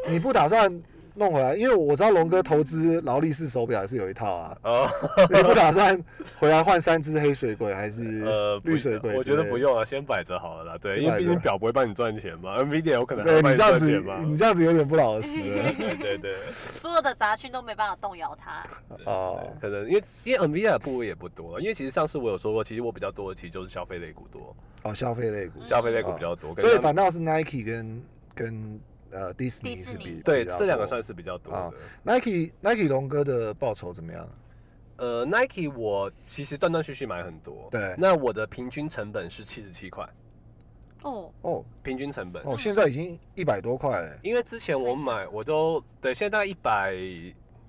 Speaker 2: 你不打算弄回来？因为我知道龙哥投资劳力士手表也是有一套 啊，
Speaker 3: 哦，
Speaker 2: 你不打算回来换三只黑水鬼还是
Speaker 3: 呃，不
Speaker 2: 绿水鬼？
Speaker 3: 我觉得不。用了，先摆着好了啦。对，
Speaker 2: 先
Speaker 3: 因为
Speaker 2: 摆
Speaker 3: 毕
Speaker 2: 着
Speaker 3: 竟表不会帮你赚钱嘛，NVIDIA 有可能还
Speaker 2: 对
Speaker 3: 帮
Speaker 2: 你这样
Speaker 3: 赚
Speaker 2: 子
Speaker 3: 钱嘛，。
Speaker 2: 你这样子有点不老实 了
Speaker 3: 对对对，
Speaker 4: 所有的杂讯都没办法动摇 它。
Speaker 2: 哦。
Speaker 3: 可能因为因为 NVIDIA 的部位也不多了，啊因为其实上次我有说过，其实我比较多的其实就是消费类股多，
Speaker 2: 哦，消费类股，
Speaker 3: 消费类股比较多，跟
Speaker 2: 哦所以
Speaker 3: 他
Speaker 2: 反
Speaker 3: 们
Speaker 2: 倒是 Nike 跟跟呃迪士尼
Speaker 4: 迪士
Speaker 2: 是比
Speaker 4: 尼
Speaker 3: 对，这两个算
Speaker 2: 是
Speaker 3: 是比较多
Speaker 2: 啊
Speaker 3: 的。
Speaker 2: Nike Nike 龙哥的报酬怎么样？
Speaker 3: 呃，Nike 我其实断断续续买很多，
Speaker 2: 对
Speaker 3: 那我的平均成本是七十七块，
Speaker 4: 哦，
Speaker 2: 哦
Speaker 3: 平均成本，
Speaker 2: 哦，现在已经一百多块了，
Speaker 3: 因为之前我买我都对，现在大概一百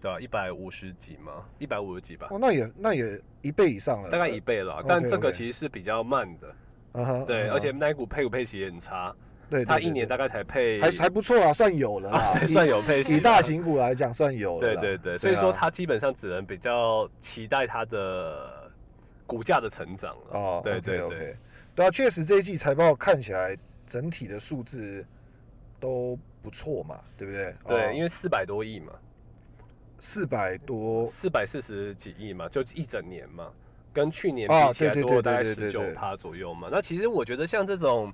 Speaker 3: 对吧，一百五十几嘛，一百五十几吧，
Speaker 2: 哦，那也那也一倍以上了，
Speaker 3: 大概一倍了，但
Speaker 2: OK，OK
Speaker 3: 这个其实是比较慢的，
Speaker 2: 嗯哼，
Speaker 3: 对，
Speaker 2: 嗯哼
Speaker 3: 而且 Nike 股配股配息也很差，
Speaker 2: 对，对
Speaker 3: 它
Speaker 2: 对
Speaker 3: 一年大概才配
Speaker 2: 还还不错啦，算有了啦，
Speaker 3: 还
Speaker 2: 以
Speaker 3: 啊算有配息，
Speaker 2: 以大。型股来讲算有了
Speaker 3: 对
Speaker 2: 啦，
Speaker 3: 对对，
Speaker 2: 啊
Speaker 3: 所以说它基本上只能比较期待它的股价的成长了。
Speaker 2: 哦，
Speaker 3: 对对
Speaker 2: o k
Speaker 3: 对，
Speaker 2: o k 对啊，确实这一季财报看起来整体的数字都不错嘛，对不对？哦
Speaker 3: 对，因为四百多亿嘛，
Speaker 2: 四百多
Speaker 3: 四百四十几亿嘛，就一整年嘛，跟去年
Speaker 2: 啊
Speaker 3: 比起来
Speaker 2: 对对
Speaker 3: 多了大概
Speaker 2: 对
Speaker 3: 十
Speaker 2: 对对
Speaker 3: 九
Speaker 2: 对
Speaker 3: 趴左右嘛。那其实我觉得像这种。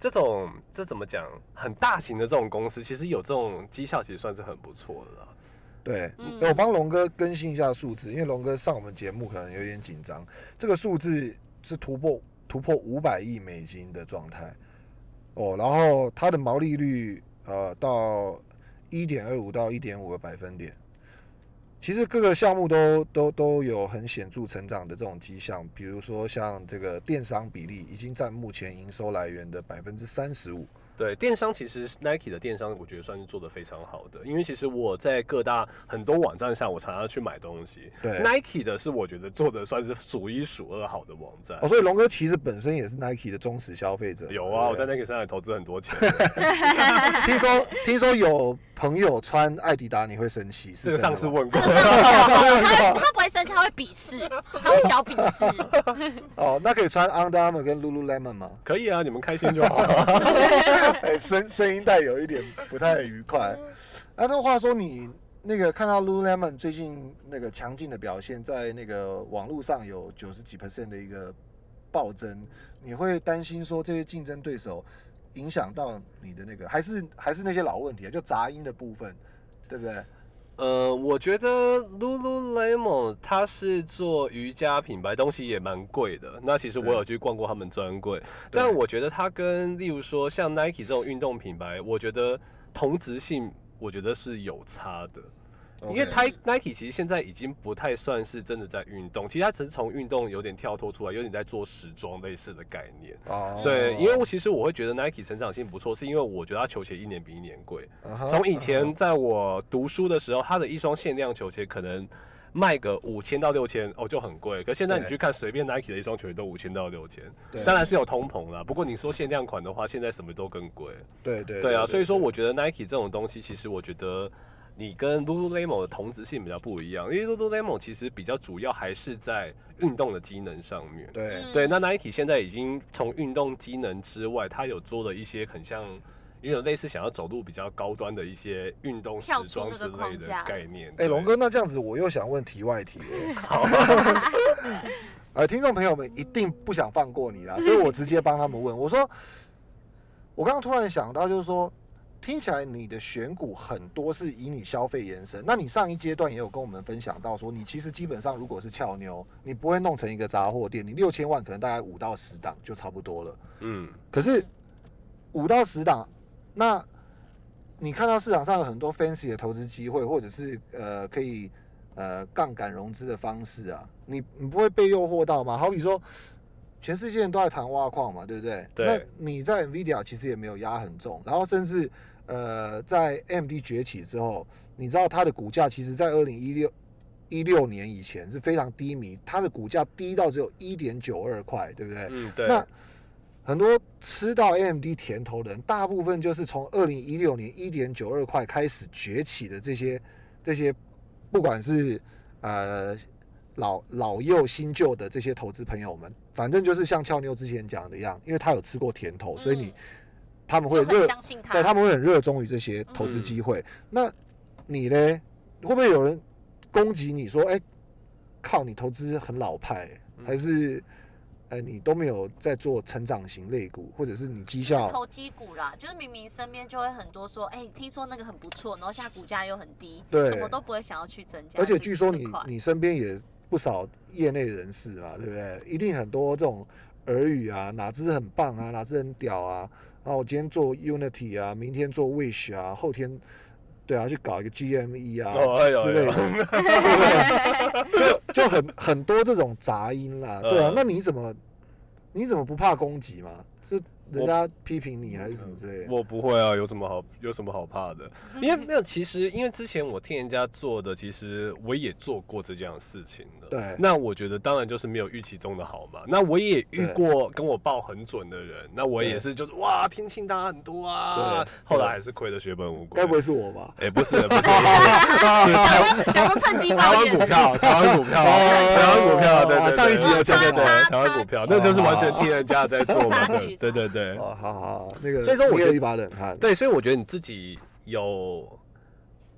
Speaker 3: 这种这怎么讲？很大型的这种公司，其实有这种绩效，其实算是很不错的了。
Speaker 2: 对，哎
Speaker 4: 嗯
Speaker 2: 对我帮龙哥更新一下数字，因为龙哥上我们节目可能有点紧张。这个数字是突破突破五百亿美金的状态，哦，然后它的毛利率呃到一点二五到一点五个百分点。其实各个项目都都都有很显著成长的这种迹象，比如说像这个电商比例已经占目前营收来源的百分之三十五，
Speaker 3: 对，电商其实 Nike 的电商，我觉得算是做的非常好的，因为其实我在各大很多网站上，我常常去买东西。
Speaker 2: 对
Speaker 3: ，Nike 的是我觉得做的算是数一数二好的网站。
Speaker 2: 哦，所以龙哥其实本身也是 Nike 的忠实消费者。
Speaker 3: 有啊，我在
Speaker 2: 对不对
Speaker 3: Nike 上也投资很多钱，
Speaker 2: 听说听说有朋友穿艾迪达你会生气， 是
Speaker 3: 这个
Speaker 2: 真的
Speaker 3: 上次
Speaker 2: 吗
Speaker 3: 问过。
Speaker 4: 他他不会生气，他会鄙视，他会小鄙视。
Speaker 2: 哦，那可以穿 Under Armour 跟 Lululemon 吗？
Speaker 3: 可以啊，你们开心就好。
Speaker 2: 哎、声声音带有一点不太愉快。啊那、这话说你那个看到 Lululemon 最近那个强劲的表现，在那个网络上有九十几 percent 的一个暴增，你会担心说这些竞争对手影响到你的那个，还是还是那些老问题啊，就杂音的部分，对不对？
Speaker 3: 呃，我觉得 Lululemon 它是做瑜伽品牌，东西也蛮贵的。那其实我有去逛过他们专柜，但我觉得它跟例如说像 Nike 这种运动品牌，我觉得同质性我觉得是有差的。因为
Speaker 2: OK
Speaker 3: Ti- Nike 其实现在已经不太算是真的在运动，其实它只是从运动有点跳脱出来，有点在做时装类似的概念。
Speaker 2: 哦
Speaker 3: 对，因为我其实我会觉得 Nike 成长性不错，是因为我觉得它球鞋一年比一年贵。
Speaker 2: 啊哈
Speaker 3: 从以前在我读书的时候，它的一双限量球鞋可能卖个五千到六千，哦就很贵。可现在你
Speaker 2: 对
Speaker 3: 去看随便 Nike 的一双球鞋都五千到六千
Speaker 2: 对，
Speaker 3: 当然是有通膨啦。不过你说限量款的话，现在什么都更贵。
Speaker 2: 对对
Speaker 3: 对啊，所以说我觉得 Nike 这种东西，其实我觉得你跟 Lululemon 的同质性比较不一样，因为 Lululemon 其实比较主要还是在运动的机能上面。
Speaker 2: 对
Speaker 4: 嗯
Speaker 3: 对，那 Nike 现在已经从运动机能之外，它有做了一些很像，有点类似想要走入比较高端的一些运动时
Speaker 4: 跳出
Speaker 3: 装
Speaker 4: 那个
Speaker 3: 之类
Speaker 4: 框
Speaker 3: 的
Speaker 4: 架
Speaker 3: 概念。
Speaker 2: 哎，
Speaker 3: 对
Speaker 2: 龙，哥，那这样子我又想问题外题了。
Speaker 3: 好，
Speaker 2: 呃，听众朋友们一定不想放过你啦，所以我直接帮他们问，我说，我刚刚突然想到，就是说，听起来你的选股很多是以你消费延伸，那你上一阶段也有跟我们分享到说，你其实基本上如果是俏妞，你不会弄成一个杂货店，你六千万可能大概五到十档就差不多了，
Speaker 3: 嗯，
Speaker 2: 可是五到十档，那你看到市场上有很多 fancy 的投资机会，或者是呃可以呃杠杆融资的方式啊，你你不会被诱惑到吗？好比说，全世界人都在谈挖矿嘛，对不对？
Speaker 3: 对
Speaker 2: 那你在 Nvidia 其实也没有压很重，然后甚至呃在 AMD 崛起之后，你知道它的股价其实在二零一六。一六年以前是非常低迷，它的股价低到只有一点九二块，对不对？
Speaker 3: 嗯，对，
Speaker 2: 哎那很多吃到 AMD 甜头的人，大部分就是从二零一六年一点九二块开始崛起的这些这些，不管是呃老老幼新旧的这些投资朋友们，反正就是像俏妞之前讲的一样，因为他有吃过甜头，所以你、他们会
Speaker 4: 嗯就很
Speaker 2: 热
Speaker 4: 相信他
Speaker 2: 对，。他们会很热衷于这些投资机会。那你呢？会不会有人攻击你说：“哎、靠，你投资很老派、还是哎、你都没有在做成长型类股，或者是你绩
Speaker 4: 就是
Speaker 2: 效
Speaker 4: 投机股啦，就是明明身边就会很多说，哎、听说那个很不错，然后现在股价又很低，
Speaker 2: 对
Speaker 4: 怎么都不会想要去增？”加。
Speaker 2: 而且据说
Speaker 4: 这
Speaker 2: 你
Speaker 4: 块
Speaker 2: 你身边也不少业内人士嘛，对不对？一定很多这种耳语啊，哪只很棒啊，哪只很屌啊。然后我今天做 Unity 啊，明天做 Wish 啊，后天对啊，去搞一个 GME 啊、
Speaker 3: 哦哎呦
Speaker 2: 之类的。
Speaker 3: 哎呦
Speaker 2: 就就很很多这种杂音啦，对啊，
Speaker 3: 嗯
Speaker 2: 那你怎么你怎么不怕攻击嘛？是人家批评你还是什么之类的？
Speaker 3: 我不会啊，有什么好有什么好 怕的？因为没有，其实因为之前我听人家做的，其实我也做过这样的事情的。
Speaker 2: 对
Speaker 3: 那我觉得当然就是没有预期中的好嘛。那我也遇过跟我报很准的人，那我也是就是哇，天庆他很多啊
Speaker 2: 对，
Speaker 3: 后来还是亏得血本无归。
Speaker 2: 该不会是我吧？
Speaker 3: 哎、不是， 不是，不是是
Speaker 4: 想说想说趁机
Speaker 3: 台
Speaker 4: 发
Speaker 3: 湾
Speaker 4: 言
Speaker 3: 股，票， 台湾股票，台湾股票，对对对，
Speaker 2: 上一集有讲
Speaker 3: 对
Speaker 2: 到
Speaker 3: 对，对台湾股票，那就是完全听人家在做嘛，
Speaker 4: 差距
Speaker 3: 对对对对
Speaker 2: 哦，好好好，那个，
Speaker 3: 所以说我觉得
Speaker 2: 一把冷汗。
Speaker 3: 对，所以我觉得你自己有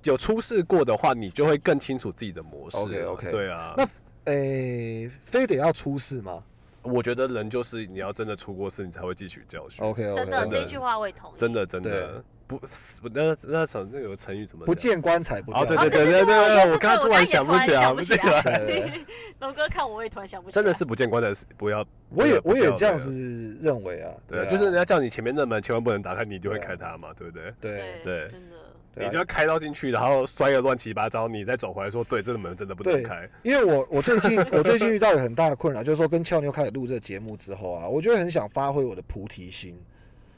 Speaker 3: 有出事过的话，你就会更清楚自己的模式了。
Speaker 2: OK，OK
Speaker 3: 对啊，
Speaker 2: 那诶，非得要出事吗
Speaker 3: 我觉得人就是你要真的出过事，你才会汲取教训。
Speaker 2: ？OK
Speaker 4: 真的
Speaker 2: OK，
Speaker 4: 这句话我也同意。
Speaker 3: 真的真
Speaker 2: 哦对
Speaker 3: 的，不死那那成那有个成语怎么
Speaker 2: 不
Speaker 3: 讲
Speaker 2: 见棺材不
Speaker 3: 哦，对
Speaker 2: 掉
Speaker 3: 对
Speaker 4: 对
Speaker 3: 对
Speaker 4: 对对
Speaker 3: 对，
Speaker 4: 我
Speaker 3: 我刚刚突然想不起来，不
Speaker 4: 不
Speaker 3: 是
Speaker 4: 起
Speaker 3: 来，
Speaker 4: 来。
Speaker 2: 对
Speaker 4: 对，龙哥看我也突然想不起来，
Speaker 3: 真的是不见棺材是不要，
Speaker 2: 我也
Speaker 3: 不
Speaker 2: 我
Speaker 3: 要
Speaker 2: 也这样。
Speaker 3: 不要
Speaker 2: 子认为啊，
Speaker 3: 对
Speaker 2: 啊
Speaker 3: 啊，就是人家叫你前面那门千万不能打开，你就会
Speaker 2: 对啊
Speaker 3: 开它嘛，对不对？
Speaker 2: 对
Speaker 3: 对
Speaker 4: 真的。
Speaker 2: 对啊
Speaker 3: 你就要开到进去，然后摔个乱七八糟，你再走回来说，对，这个门真的不能
Speaker 2: 对
Speaker 3: 开。，
Speaker 2: 因为我我最近我最近遇到一个很大的困扰，就是说跟俏妞开始录这个节目之后啊，我就会很想发挥我的菩提心，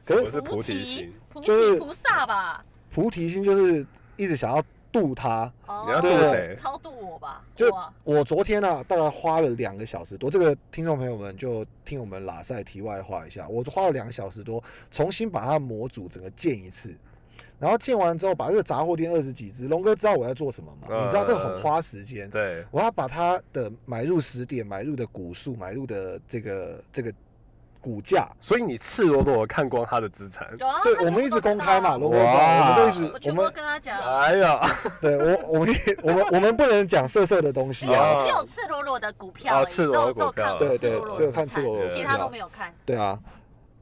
Speaker 2: 可
Speaker 3: 我
Speaker 2: 是
Speaker 3: 是菩提嗯心，
Speaker 4: 菩提
Speaker 2: 就是
Speaker 4: 菩萨吧？
Speaker 2: 菩提心就是一直想要度他。
Speaker 4: 哦
Speaker 3: 你要
Speaker 2: 度
Speaker 3: 谁
Speaker 4: 超度我吧？
Speaker 2: 就
Speaker 4: 哇
Speaker 2: 我昨天啊，大概花了两个小时多，这个听众朋友们就听我们拉塞题外话一下，我花了两个小时多，重新把它模组整个建一次。然后建完之后，把这个杂货店二十几只，龙哥知道我在做什么吗？
Speaker 3: 嗯
Speaker 2: 你知道这个很花时间，
Speaker 3: 对，
Speaker 2: 我要把它的买入时点、买入的股数、买入的这个这个股价，
Speaker 3: 所以你赤裸裸地看光他的资产。
Speaker 4: 有啊，
Speaker 2: 对
Speaker 4: 他全
Speaker 2: 我
Speaker 4: 部
Speaker 2: 们一
Speaker 4: 都
Speaker 2: 直公
Speaker 4: 知
Speaker 2: 开
Speaker 4: 道
Speaker 2: 嘛，
Speaker 4: 啊
Speaker 2: 龙哥知
Speaker 3: 哇
Speaker 2: 道，我们
Speaker 4: 我
Speaker 2: 都一直
Speaker 4: 全
Speaker 2: 我
Speaker 4: 部都
Speaker 2: 们啊
Speaker 4: 跟他讲，
Speaker 3: 哎呀，
Speaker 2: 对我我们 我们我们不能讲色色的东西
Speaker 4: 只
Speaker 2: 啊，
Speaker 4: 哎有只有赤裸裸的股票而
Speaker 3: 哦
Speaker 4: 已，
Speaker 3: 赤裸裸的股票
Speaker 4: 只有
Speaker 2: 对
Speaker 4: 只有
Speaker 2: 对，只有看赤裸裸的
Speaker 4: 资产
Speaker 2: 股
Speaker 4: 其
Speaker 2: 票，
Speaker 4: 他都没有看。
Speaker 2: 对啊，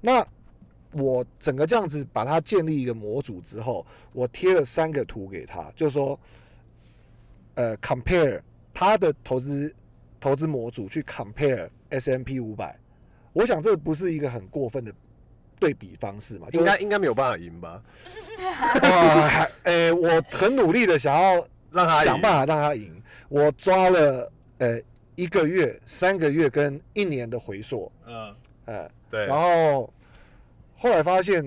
Speaker 2: 那我整个这样子把它建立一个模组之后，我贴了三个图给他，就是说，呃，compare 他的投资投资模组去 compare S M P 五百，我想这不是一个很过分的对比方式嘛？
Speaker 3: 应该应该没有办法赢吧？
Speaker 2: 就是 哇，还呃，我很努力的想要
Speaker 3: 让他赢
Speaker 2: 想办法让他赢，我抓了呃一个月、三个月跟一年的回溯，
Speaker 3: 嗯，
Speaker 2: 呃，
Speaker 3: 对。
Speaker 2: 然后后来发现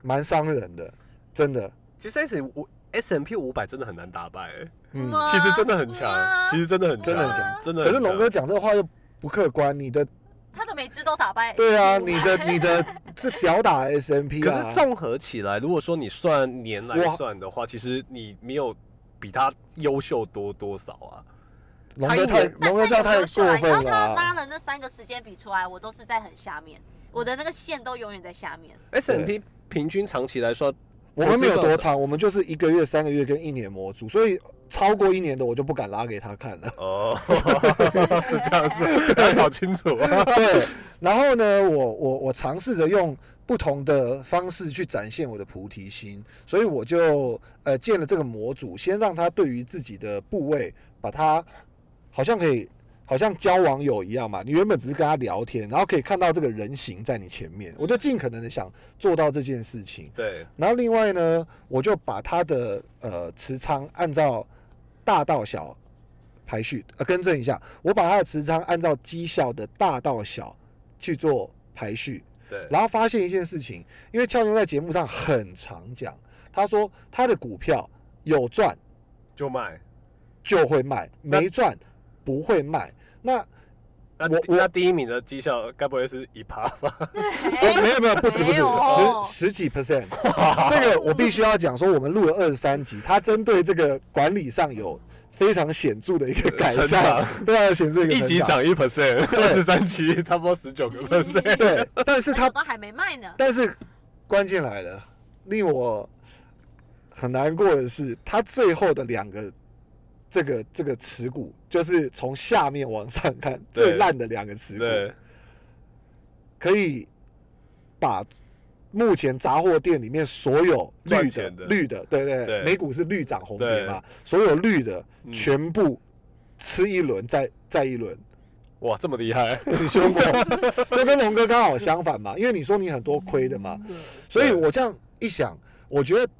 Speaker 2: 蛮伤人的，真的。
Speaker 3: 其实 S 五 S M P 五百真的很难打败、欸，
Speaker 2: 嗯
Speaker 4: 妈
Speaker 3: 其实真的很强，
Speaker 4: 妈
Speaker 3: 其实真的很强，
Speaker 2: 真的很强
Speaker 3: 真的
Speaker 2: 可
Speaker 3: 很
Speaker 2: 是
Speaker 3: 强。
Speaker 2: 龙哥讲这话又不客观，你的
Speaker 4: 他的每只都打败。
Speaker 2: 对啊，
Speaker 4: 五
Speaker 2: 你的你的是屌打 S M P
Speaker 3: 可
Speaker 2: 啊
Speaker 3: 是，综合起来，如果说你算年来
Speaker 2: 哇
Speaker 3: 算的话，其实你没有比他优秀多多少啊。
Speaker 2: 龙
Speaker 3: 他一
Speaker 2: 哥太
Speaker 4: 哎
Speaker 3: 年
Speaker 2: 龙哥这样太过
Speaker 4: 然后
Speaker 2: 分了
Speaker 4: 他拉
Speaker 2: 啊。
Speaker 4: 了那三个时间比出来，我都是在很下面，我的那个线都永远在下面。
Speaker 3: S M P 平均长期来说，
Speaker 2: 我们没有多长，我们就是一个月、三个月跟一年模组，所以超过一年的我就不敢拉给他看了。
Speaker 3: 哦， 是这样子，要搞清楚啊。
Speaker 2: 对，然后呢，我我我尝试着用不同的方式去展现我的菩提心，所以我就呃建了这个模组，先让他对于自己的部位，把它好像可以。好像交网友一样嘛，你原本只是跟他聊天，然后可以看到这个人形在你前面，我就尽可能的想做到这件事情。
Speaker 3: 对，
Speaker 2: 然后另外呢，我就把它的呃持仓按照大到小排序，呃，更正一下，我把它的持仓按照绩效的大到小去做排序，
Speaker 3: 对，
Speaker 2: 然后发现一件事情，因为俏妞在节目上很常讲，她说她的股票有赚
Speaker 3: 就卖。
Speaker 2: 就会卖，
Speaker 3: 那
Speaker 2: 没赚不会卖。那
Speaker 3: 那
Speaker 2: 我我
Speaker 3: 那第一名的绩效该不会是一趴吧？
Speaker 2: 呃，没有没有，不止不
Speaker 4: 哎没
Speaker 2: 止，
Speaker 4: 有哦
Speaker 2: 十十几 percent。这个我必须要讲说，我们录了二十三集，它针对这个管理上有非常显著的一个改
Speaker 3: 成
Speaker 2: 善，非常显著一个
Speaker 3: 一
Speaker 2: 成
Speaker 3: 级
Speaker 2: 长。
Speaker 3: 涨一 percent，二 十三期差不多十 九个 percent。
Speaker 2: 对，但是
Speaker 4: 他
Speaker 2: 它，
Speaker 4: 都还没卖呢。
Speaker 2: 但是关键来了，令我很难过的是，它最后的两个这个这个持股，就是从下面往上看
Speaker 3: 对
Speaker 2: 最烂的两个持股，
Speaker 3: 对，
Speaker 2: 可以把目前杂货店里面所有
Speaker 3: 赚
Speaker 2: 绿的
Speaker 3: 钱的
Speaker 2: 绿的，对对
Speaker 3: 对
Speaker 2: 美股是绿涨红跌嘛，所有绿的
Speaker 3: 嗯
Speaker 2: 全部吃一轮再再一轮，
Speaker 3: 哇，这么厉害。
Speaker 2: 很凶猛，就跟龙哥刚好相反嘛，因为你说你很多亏的嘛，所以我这样一想，我觉得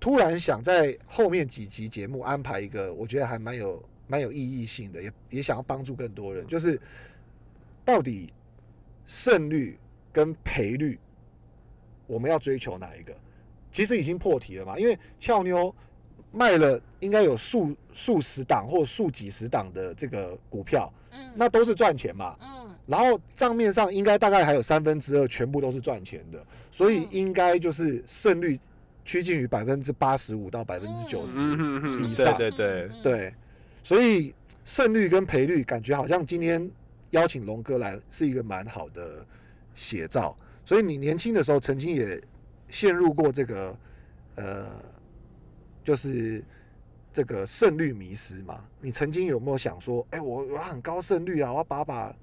Speaker 2: 突然想在后面几集节目安排一个，我觉得还蛮有蛮有意义性的，也也想要帮助更多人，就是到底胜率跟赔率，我们要追求哪一个？其实已经破题了嘛，因为俏妞卖了应该有数数十档或数几十档的这个股票，
Speaker 4: 嗯，
Speaker 2: 那都是赚钱嘛。
Speaker 4: 嗯，
Speaker 2: 然后账面上应该大概还有三分之二全部都是赚钱的，所以应该就是胜率趋近于百分之八十五到百分之九
Speaker 3: 嗯
Speaker 2: 十，
Speaker 3: 哼哼，
Speaker 2: 以
Speaker 3: 对
Speaker 2: 上
Speaker 3: 对对，
Speaker 4: 嗯，
Speaker 2: 对，所以胜率跟赔率感觉好像今天邀请龙哥来是一个蛮好的写照。所以你年轻的时候曾经也陷入过这个呃，就是这个胜率迷失嘛？你曾经有没有想说，哎，我我要很高胜率啊，我要把把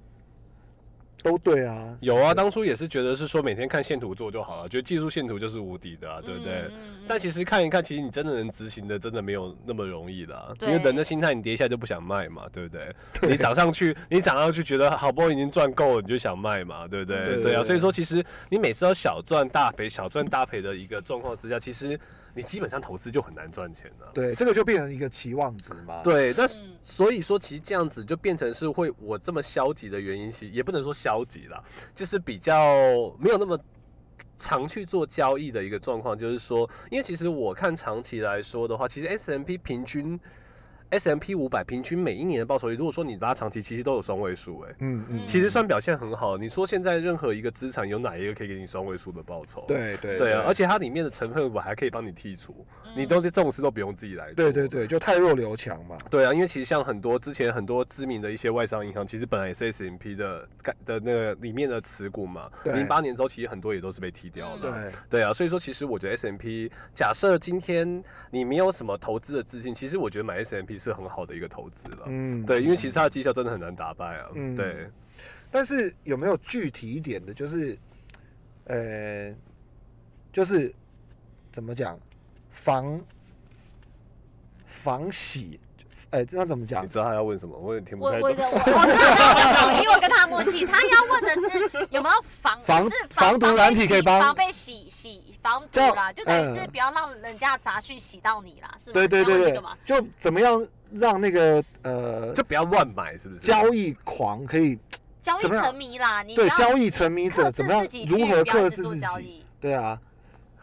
Speaker 2: 都对啊，
Speaker 3: 有啊，当初也是觉得是说每天看线图做就好了，觉得技术线图就是无敌的啊，对不对？
Speaker 4: 嗯
Speaker 3: 但其实看一看，其实你真的能执行的，真的没有那么容易啦。因
Speaker 4: 对
Speaker 3: 为人的心态，你跌下来就不想卖嘛，对不对？你涨上去， 你涨上去觉得好不容易已经赚够了，你就想卖嘛，对
Speaker 4: 嗯
Speaker 3: 不对？
Speaker 2: 对
Speaker 3: 对啊，
Speaker 2: 对
Speaker 3: 所以说其实你每次要小赚大赔、小赚大赔的一个状况之下，其实你基本上投资就很难赚钱了、
Speaker 2: 对，这个就变成一个期望值嘛。，
Speaker 3: 对，但是
Speaker 4: 嗯
Speaker 3: 所以说，其实这样子就变成是会我这么消极的原因，其实也不能说消极啦，就是比较没有那么常去做交易的一个状况。就是说，因为其实我看长期来说的话，其实 S M P 平均 S M P 五百平均每一年的报酬率，如果说你拉长期，其实都有双位数、欸，
Speaker 2: 嗯嗯，
Speaker 3: 其实算表现很好。你说现在任何一个资产有哪一个可以给你双位数的报酬？。
Speaker 2: 对对嗯
Speaker 3: 对啊，而且它里面的成分我还可以帮你剔除，你都这种事都不用自己来做。
Speaker 2: 对对对，就太弱留强嘛。
Speaker 3: 对啊，因为其实像很多之前很多知名的一些外商银行，其实本来也是 S M P 的概的那个里面的持股嘛。
Speaker 2: 对
Speaker 3: 零八年之后，其实很多也都是被踢掉
Speaker 4: 嗯
Speaker 3: 的。
Speaker 2: 对，
Speaker 3: 对啊，所以说其实我觉得 S M P，假设今天你没有什么投资的自信，其实我觉得买 S M P 是很好的一个投资了。
Speaker 2: 嗯，
Speaker 3: 对，因为其实它的绩效真的很难打败啊。
Speaker 2: 嗯
Speaker 3: 对，
Speaker 2: 但是有没有具体一点的，就是，呃，就是怎么讲，防防洗，哎、这那怎么讲
Speaker 3: 你？知道他要问什么？我也听不
Speaker 4: 我
Speaker 3: 太
Speaker 4: 我有。
Speaker 3: 懂
Speaker 4: 我我知道他懂，因为我跟他默契。他要问的是有没有防
Speaker 2: 防
Speaker 4: 是
Speaker 2: 防毒软体可以帮
Speaker 4: 防被洗洗防毒啦，
Speaker 2: 这
Speaker 4: 就等
Speaker 2: 样
Speaker 4: 于是
Speaker 2: 嗯
Speaker 4: 不要让人家的杂讯洗到你啦，是吗？
Speaker 2: 对对对
Speaker 4: 你要问这
Speaker 2: 对
Speaker 4: 个嘛，
Speaker 2: 就怎么样让那个呃
Speaker 3: 就不要乱买，是不是？
Speaker 2: 交易狂可以
Speaker 4: 交易
Speaker 2: 怎么样
Speaker 4: 沉迷啦，你
Speaker 2: 对
Speaker 4: 不要
Speaker 2: 交易沉迷
Speaker 4: 克
Speaker 2: 者
Speaker 4: 制
Speaker 2: 怎么样
Speaker 4: 自己
Speaker 2: 如
Speaker 4: 去
Speaker 2: 何
Speaker 4: 不要
Speaker 2: 克
Speaker 4: 一
Speaker 2: 制
Speaker 4: 直做
Speaker 2: 自己
Speaker 4: 交？易？
Speaker 2: 对啊，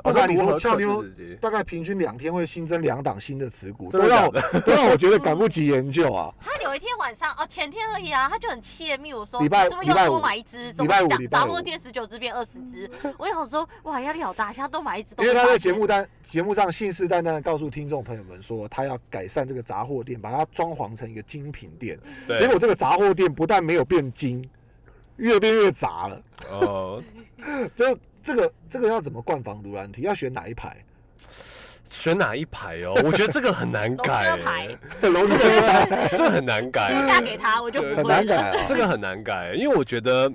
Speaker 3: 哦
Speaker 2: 不然你
Speaker 3: 如何
Speaker 2: 说俏
Speaker 3: 克制
Speaker 2: 妞
Speaker 3: 自己
Speaker 2: 大概平均两天会新增两档新的持股，
Speaker 3: 真
Speaker 2: 都
Speaker 3: 的
Speaker 2: 让我
Speaker 3: 假
Speaker 2: 都让我觉得赶不及研究啊。
Speaker 4: 他有一天晚上哦，前天而已啊，他就很气的密我说，
Speaker 2: 礼拜
Speaker 4: 你是不是又
Speaker 2: 礼拜
Speaker 4: 多
Speaker 2: 五
Speaker 4: 买一只？
Speaker 2: 礼拜五
Speaker 4: 讲
Speaker 2: 礼拜
Speaker 4: 杂
Speaker 2: 五
Speaker 4: 货店十九只变二十只，我想说哇，压力好大，现在多买一只都
Speaker 2: 因
Speaker 4: 没
Speaker 2: 为
Speaker 4: 发现。
Speaker 2: 他在节目单节目上信誓旦旦地告诉听众朋友们说，他要改善这个杂货店，把它装潢成一个精品店。
Speaker 3: 对
Speaker 2: 结果这个杂货店不但没有变精，越变越杂了。
Speaker 3: 哦，
Speaker 2: 这这个这个要怎么灌防毒软体？要选哪一排？
Speaker 3: 选哪一排哦？我觉得这个很难
Speaker 4: 龙
Speaker 3: 改、
Speaker 4: 哥牌
Speaker 3: 欸，
Speaker 2: 楼主很
Speaker 3: 这个很难改、欸
Speaker 4: 就嫁给他，我就不会
Speaker 2: 难
Speaker 4: 了。
Speaker 2: 改啊。
Speaker 3: 这个很难改，因为我觉得，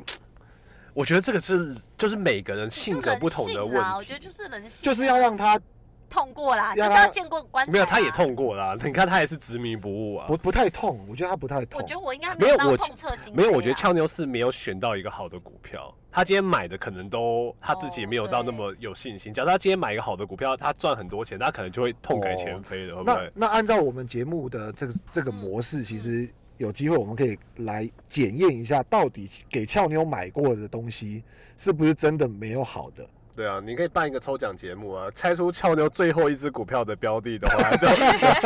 Speaker 3: 我觉得这个是就是每个人性格不同的
Speaker 4: 就人
Speaker 3: 问
Speaker 4: 性啦，我觉
Speaker 3: 题
Speaker 4: 得。就是人性，啊
Speaker 2: 就是要让他
Speaker 4: 痛过啦，就
Speaker 2: 让
Speaker 4: 是
Speaker 2: 他
Speaker 4: 要见过棺材。啊
Speaker 3: 没有，他也。痛过啦。你看，他也是执迷不悟啊
Speaker 2: 不。不太痛，我觉得他不太痛
Speaker 4: 我。觉得我应该
Speaker 3: 没有
Speaker 4: 到
Speaker 3: 我
Speaker 4: 痛彻心扉啊
Speaker 3: 没有，我觉得俏妞是没有选到一个好的股票。他今天买的可能都他自己也没有到那么有信心。假如他今天买一个好的股票，他赚很多钱，他可能就会痛改前非的，会不
Speaker 2: 那
Speaker 3: 会？
Speaker 2: 那按照我们节目的这个这个
Speaker 4: 嗯
Speaker 2: 模式，其实有机会我们可以来检验一下，到底给俏妞买过的东西是不是真的没有好的。
Speaker 3: 对啊，你可以办一个抽奖节目啊，猜出俏妞最后一只股票的标的的话， 就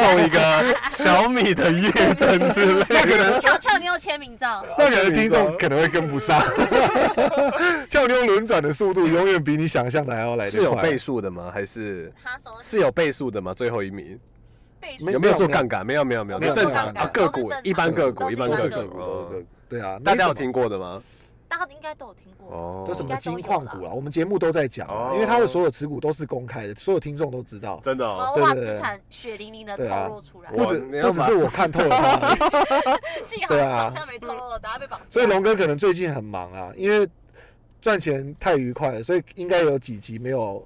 Speaker 3: 送一个小米的夜灯之类的。
Speaker 4: 乔乔，你有签名照？
Speaker 3: 啊
Speaker 2: 那可能听众可能会跟不 上，俏妞轮转的速度永远比你想象的还要来
Speaker 3: 是
Speaker 2: 得
Speaker 3: 有
Speaker 2: 快。啊
Speaker 3: 倍数的吗？还是
Speaker 4: 他什么
Speaker 3: 是有倍数的吗？最后一名
Speaker 4: 背
Speaker 2: 没
Speaker 4: 书？
Speaker 3: 有没有做杠杆？没有没有没有，
Speaker 2: 没有
Speaker 3: 正
Speaker 2: 做
Speaker 3: 常
Speaker 2: 杠杆
Speaker 3: 啊个
Speaker 4: 都是
Speaker 3: 股
Speaker 4: 正常
Speaker 3: 一般个股
Speaker 4: 都
Speaker 3: 一
Speaker 4: 是
Speaker 3: 般
Speaker 2: 都
Speaker 4: 个
Speaker 2: 是个
Speaker 4: 股
Speaker 2: 股，都
Speaker 3: 哦
Speaker 2: 是个股对啊，
Speaker 3: 大家
Speaker 2: 没什
Speaker 3: 有
Speaker 2: 么
Speaker 3: 听过的吗？
Speaker 4: 大家应该都有听过。
Speaker 3: 哦
Speaker 2: 都什么
Speaker 4: 应该都有
Speaker 2: 金矿股啊，我们节目都在讲啊
Speaker 3: 哦，
Speaker 2: 因为他的所有持股都是公开的，所有听众都知道。
Speaker 3: 真的
Speaker 4: 然
Speaker 3: 哦
Speaker 4: 后
Speaker 2: 对
Speaker 4: 哇，
Speaker 2: 对对
Speaker 4: 资产血淋淋的
Speaker 2: 对啊
Speaker 4: 透露出来，
Speaker 2: 不
Speaker 3: 哇
Speaker 2: 止
Speaker 3: 你要
Speaker 2: 不只
Speaker 3: 把
Speaker 2: 是我看透了 他而已，
Speaker 4: 幸好
Speaker 2: 对啊
Speaker 4: 好像没透露了，等下被绑架。
Speaker 2: 所以龙哥可能最近很忙啊，因为赚钱太愉快了，所以应该有几集没有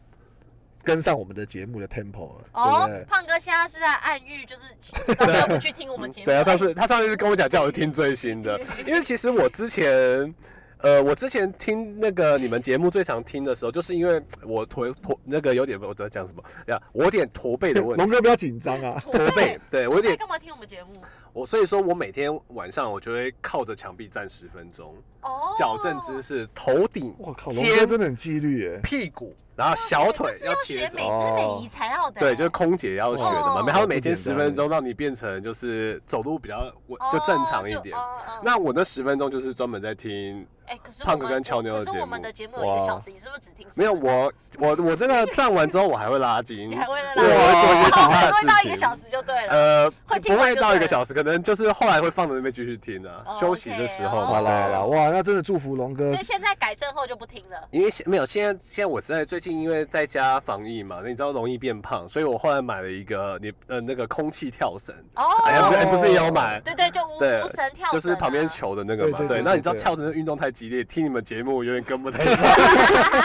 Speaker 2: 跟上我们的节目的 tempo 了，对
Speaker 4: 哦
Speaker 2: 不对，？
Speaker 4: 胖哥现在是在暗喻，就是大家不去听我们节目。
Speaker 3: 对啊，上次他上次是跟我讲叫我听最 新的，因为其实我之前。呃，我之前听那个你们节目最常听的时候，就是因为我驼驼那个有点我在讲什么呀，我有点驼背的问
Speaker 2: 龙
Speaker 3: 题，
Speaker 2: 哥不要紧张啊，
Speaker 4: 驼
Speaker 3: 驼背，， 对我有
Speaker 4: 他
Speaker 3: 点
Speaker 4: 干嘛听我们节目？
Speaker 3: 我，所以说我每天晚上我就会靠着墙壁站十分钟，
Speaker 4: 哦，
Speaker 3: 矫正姿势，头顶，
Speaker 2: 我靠，龙
Speaker 3: 肩
Speaker 2: 哥真的很纪律耶，
Speaker 3: 屁股，然
Speaker 4: 哦
Speaker 3: 后小腿
Speaker 4: 是
Speaker 3: 要
Speaker 4: 要
Speaker 3: 贴
Speaker 4: 学
Speaker 3: 着
Speaker 4: 美。姿美仪才要的、
Speaker 3: 哦对，就是空姐要学的嘛，
Speaker 4: 哦
Speaker 3: 每她会每天十分钟，让你变成就是走路比较我
Speaker 4: 哦
Speaker 3: 就正常一点
Speaker 4: 就。哦哦
Speaker 3: 那我那十分钟就是专门在听，
Speaker 4: 哎、可是我
Speaker 3: 胖
Speaker 4: 们
Speaker 3: 哥跟俏妞的
Speaker 4: 可是我们的节目有一个
Speaker 3: 哇
Speaker 4: 小时，你是不是只听？
Speaker 3: 没有，我我我这个站完之后我还会拉筋，
Speaker 4: 你还为了
Speaker 3: 对我
Speaker 4: 拉
Speaker 3: 会做一些其
Speaker 4: 筋，
Speaker 3: 他
Speaker 4: 会到一
Speaker 3: 的事
Speaker 4: 个
Speaker 3: 情
Speaker 4: 小。时就对了。
Speaker 3: 呃，
Speaker 4: 会听
Speaker 3: 不
Speaker 4: 完
Speaker 3: 会
Speaker 4: 就
Speaker 3: 到一
Speaker 4: 对
Speaker 3: 个
Speaker 4: 了
Speaker 3: 小时，可可能就是后来会放在那边继续听啊，
Speaker 4: 哦
Speaker 3: 休息的时候嘛。
Speaker 4: OK，哦
Speaker 2: 好啦好
Speaker 3: 对啊
Speaker 2: 啦，哇，那真的祝福龙哥
Speaker 4: 所以现在改正后就不听了。
Speaker 3: 因为现没有，现在现在我真的最近因为在家防疫嘛，那你知道容易变胖，所以我后来买了一个你呃那个空气跳绳，
Speaker 4: 哦，
Speaker 3: 哎呀不哎不是也有买，
Speaker 4: 对对，就无
Speaker 3: 对
Speaker 4: 无绳跳绳啊，
Speaker 3: 就是旁边球的那个嘛，
Speaker 2: 对对对
Speaker 3: 那你知道跳绳的运动太激烈，听你们节目有点跟不太 上，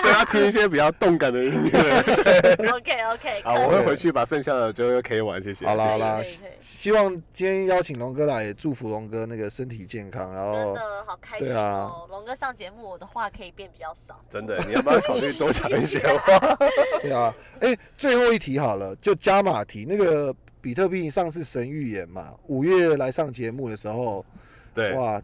Speaker 3: 所以要听一些比较动感的音乐。
Speaker 4: OK OK，
Speaker 3: 啊，我会回去把剩下的就可以玩，谢谢。
Speaker 2: 好啦
Speaker 3: 谢
Speaker 2: 好
Speaker 3: 谢
Speaker 2: 啦，
Speaker 4: 可以可以
Speaker 2: 希望今天邀请龙哥来，也祝福龙哥那个身体健康，然
Speaker 4: 真
Speaker 2: 后
Speaker 4: 的好开心
Speaker 2: 对
Speaker 4: 哦
Speaker 2: 啊！
Speaker 4: 龙哥上节目，我的话可以变比较少。
Speaker 3: 真的，你要不要考虑多讲一些话？
Speaker 2: 对啊，哎、最后一题好了，就加码题，那个比特币上次神预言嘛，五月来上节目的时候，
Speaker 3: 对，
Speaker 2: 哇，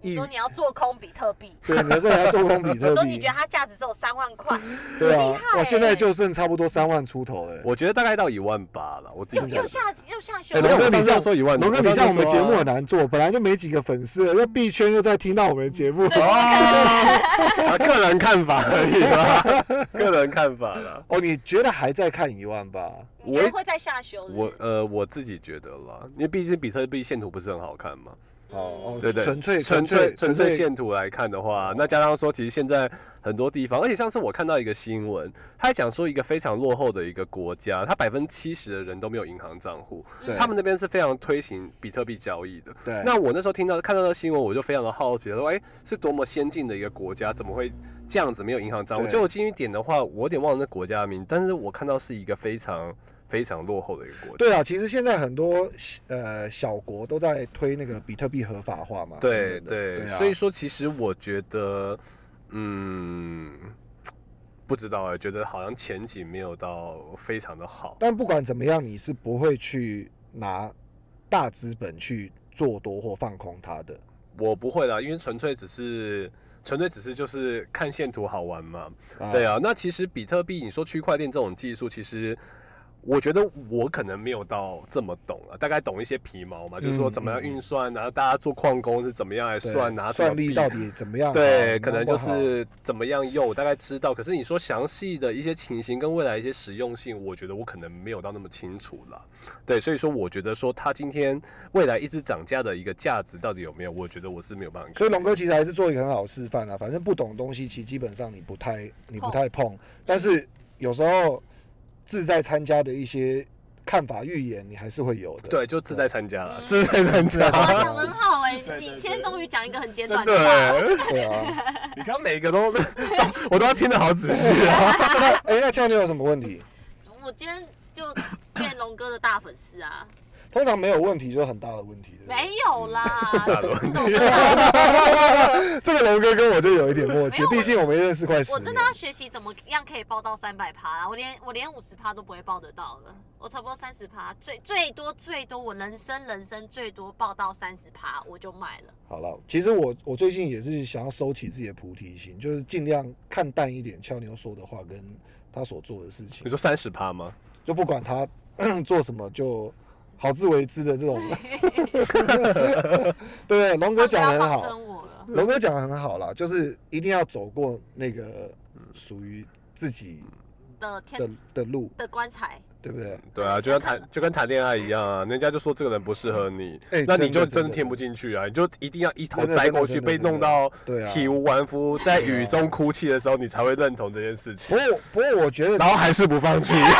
Speaker 4: 你
Speaker 2: 一
Speaker 4: 说你要做空比特币，
Speaker 2: 对，你那时候还要做空比
Speaker 4: 你
Speaker 2: 特
Speaker 4: 说你
Speaker 2: 币
Speaker 4: 觉，得它价值只有三万 块，
Speaker 2: 对啊
Speaker 4: 很厉害，
Speaker 2: 哇，现在
Speaker 4: 欸
Speaker 2: 就剩差不多三万出头了、
Speaker 3: 我觉得大概到一万八了，我自
Speaker 4: 又
Speaker 3: 己觉
Speaker 4: 又
Speaker 3: 得。
Speaker 4: 下又下修
Speaker 3: 哎
Speaker 4: 了。
Speaker 3: 龙哥
Speaker 2: 我上
Speaker 3: 你
Speaker 2: 次
Speaker 3: 这样说一万
Speaker 2: 龙哥，
Speaker 3: 我
Speaker 2: 你
Speaker 3: 上次
Speaker 2: 这样我们
Speaker 3: 说
Speaker 2: 节目
Speaker 3: 啊
Speaker 2: 很难做，本来就没几个粉丝了，那币圈又在听到我们节目，
Speaker 3: 啊，个人看法而已 啦，个人看法啦。
Speaker 2: 哦，你觉得还在看一万八？
Speaker 4: 你觉得会再下修的？
Speaker 3: 我呃我自己觉得啦，因为毕竟比特币线图不是很好看嘛，
Speaker 2: 哦哦，
Speaker 3: 对不对，
Speaker 2: 纯粹
Speaker 3: 纯
Speaker 2: 粹哦
Speaker 3: 纯粹线图来看的话，那加上说，其实现在很多地方，而且上次我看到一个新闻，他还讲说一个非常落后的一个国家，他百分之七十的人都没有银行账户，
Speaker 2: 对
Speaker 3: 他们那边是非常推行比特币交易的。
Speaker 2: 对
Speaker 3: 那我那时候听到看到那新闻，我就非常的好奇，说，哎，是多么先进的一个国家，怎么会这样子没有银行账户？
Speaker 2: 对
Speaker 3: 结果进去点的话，我有点忘了那国家的名，但是我看到是一个非常非常落后的一个国家。
Speaker 2: 对啊，其实现在很多呃小国都在推那个比特币合法化嘛。
Speaker 3: 对
Speaker 2: 等等的
Speaker 3: 对，
Speaker 2: 对啊，
Speaker 3: 所以说其实我觉得，嗯，不知道哎、觉得好像前景没有到非常的好。
Speaker 2: 但不管怎么样，你是不会去拿大资本去做多或放空它的。
Speaker 3: 我不会啦，因为纯粹只是纯粹只是就是看线图好玩嘛。
Speaker 2: 啊
Speaker 3: 对啊，那其实比特币，你说区块链这种技术，其实。我觉得我可能没有到这么懂啊，大概懂一些皮毛嘛，就是说怎么样运算啊，大家做矿工是怎么样来
Speaker 2: 嗯对
Speaker 3: 算啊，怎么
Speaker 2: 算力
Speaker 3: 比
Speaker 2: 到底怎么样？
Speaker 3: 对，
Speaker 2: 啊
Speaker 3: 可能就是怎么样用，我大概知道。可是你说详细的一些情形跟未来一些实用性，我觉得我可能没有到那么清楚了。对，所以说我觉得说它今天未来一直涨价的一个价值到底有没有，我觉得我是没有办法看。
Speaker 2: 所以龙哥其实还是做一个很好的示范啊啦。反正不懂的东西，其实基本上你不太你不太
Speaker 4: 嗯
Speaker 2: 碰，但是有时候志在参加的一些看法预言，你还是会有的。
Speaker 3: 对，就自在参加了，
Speaker 4: 嗯
Speaker 3: 自在参加。
Speaker 4: 哇，讲的很好哎，
Speaker 3: 对对
Speaker 4: 你
Speaker 3: 对
Speaker 4: 今天终于讲一个很简
Speaker 3: 真
Speaker 4: 短
Speaker 3: 的
Speaker 4: 的话。
Speaker 3: 欸，
Speaker 2: 对啊。
Speaker 3: 你刚每一个都都我都要听得好仔细啊。
Speaker 2: 那哎、那俏妞有什么问题？
Speaker 4: 我今天就变龙哥的大粉丝啊，
Speaker 2: 通常没有问题就很大的问题。对不 对
Speaker 4: 没有啦，
Speaker 2: 嗯
Speaker 3: 大的问题
Speaker 2: 这个龙哥跟我就有一点默
Speaker 4: 没
Speaker 2: 契
Speaker 4: 有，我
Speaker 2: 毕竟我们认识快十
Speaker 4: 我
Speaker 2: 年
Speaker 4: 真的。要学习怎么样可以报到三百趴啦，我连我连五十趴都不会报得到了，我差不多三十趴，最最多最多我人生人生最多报到三十趴我就卖了。
Speaker 2: 好了，其实我我最近也是想要收起自己的菩提心，就是尽量看淡一点俏妞说的话跟他所做的事情
Speaker 3: 你，说三十趴吗？
Speaker 2: 就不管他 做什么，就好自为之的这种。 对，龙
Speaker 4: 他
Speaker 2: 哥
Speaker 4: 不
Speaker 2: 讲
Speaker 4: 要
Speaker 2: 的很
Speaker 4: 放
Speaker 2: 好，
Speaker 4: 生我了，
Speaker 2: 龙哥讲的很好啦，就是一定要走过那个属于自己
Speaker 4: 的
Speaker 2: 的
Speaker 4: 天
Speaker 2: 的路，
Speaker 4: 的棺材，
Speaker 2: 对不对？
Speaker 3: 对啊，就像谈就跟谈恋爱一样啊，人家就说这个人不适合你，
Speaker 2: 哎
Speaker 3: 那你
Speaker 2: 真的
Speaker 3: 就
Speaker 2: 真
Speaker 3: 真
Speaker 2: 的
Speaker 3: 的听不进去啊，你就一定要一头
Speaker 2: 真的
Speaker 3: 栽
Speaker 2: 真的
Speaker 3: 过去，
Speaker 2: 真的
Speaker 3: 被
Speaker 2: 真的
Speaker 3: 弄到
Speaker 2: 对啊
Speaker 3: 体无完肤，在雨中哭泣的时候，你才会认同这件事
Speaker 2: 不
Speaker 3: 情，
Speaker 2: 过不过我觉得
Speaker 3: 然后还是不放弃。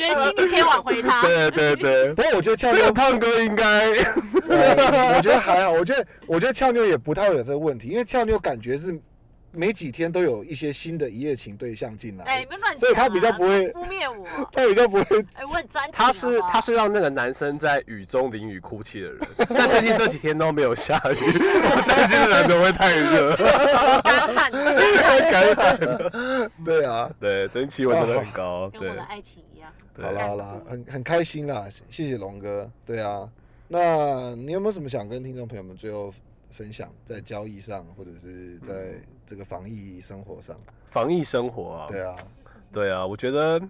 Speaker 4: 人心你可以挽回 他。
Speaker 3: 对对对，
Speaker 2: 不过我觉得俏
Speaker 3: 这
Speaker 2: 妞
Speaker 3: 个胖哥应该
Speaker 2: 呃我觉得还好，我觉得我觉得俏妞也不太会有这个问题，因为俏妞感觉是没几天都有一些新的一夜情对象进来，
Speaker 4: 哎、别乱讲啊、
Speaker 2: 所以他比较不会
Speaker 4: 污蔑我。
Speaker 2: 她比较不会。
Speaker 4: 哎、我很专情。
Speaker 3: 他是
Speaker 4: 好不好
Speaker 3: 他是让那个男生在雨中淋雨哭泣的人，但最近这几天都没有下雨，我担心男的会太热，
Speaker 4: 干 旱，
Speaker 3: 感染。
Speaker 2: 对啊，
Speaker 3: 对，最近气温真的很高，
Speaker 4: 跟我
Speaker 3: 对
Speaker 4: 的。爱情一样。
Speaker 3: 对
Speaker 2: 好啦好啦，很很开心啦，谢谢龙哥。对啊，那你有没有什么想跟听众朋友们最后分享在交易上，或者是在
Speaker 3: 嗯
Speaker 2: 这个防疫生活上？
Speaker 3: 防疫生活啊，
Speaker 2: 对啊，
Speaker 3: 对啊，我觉得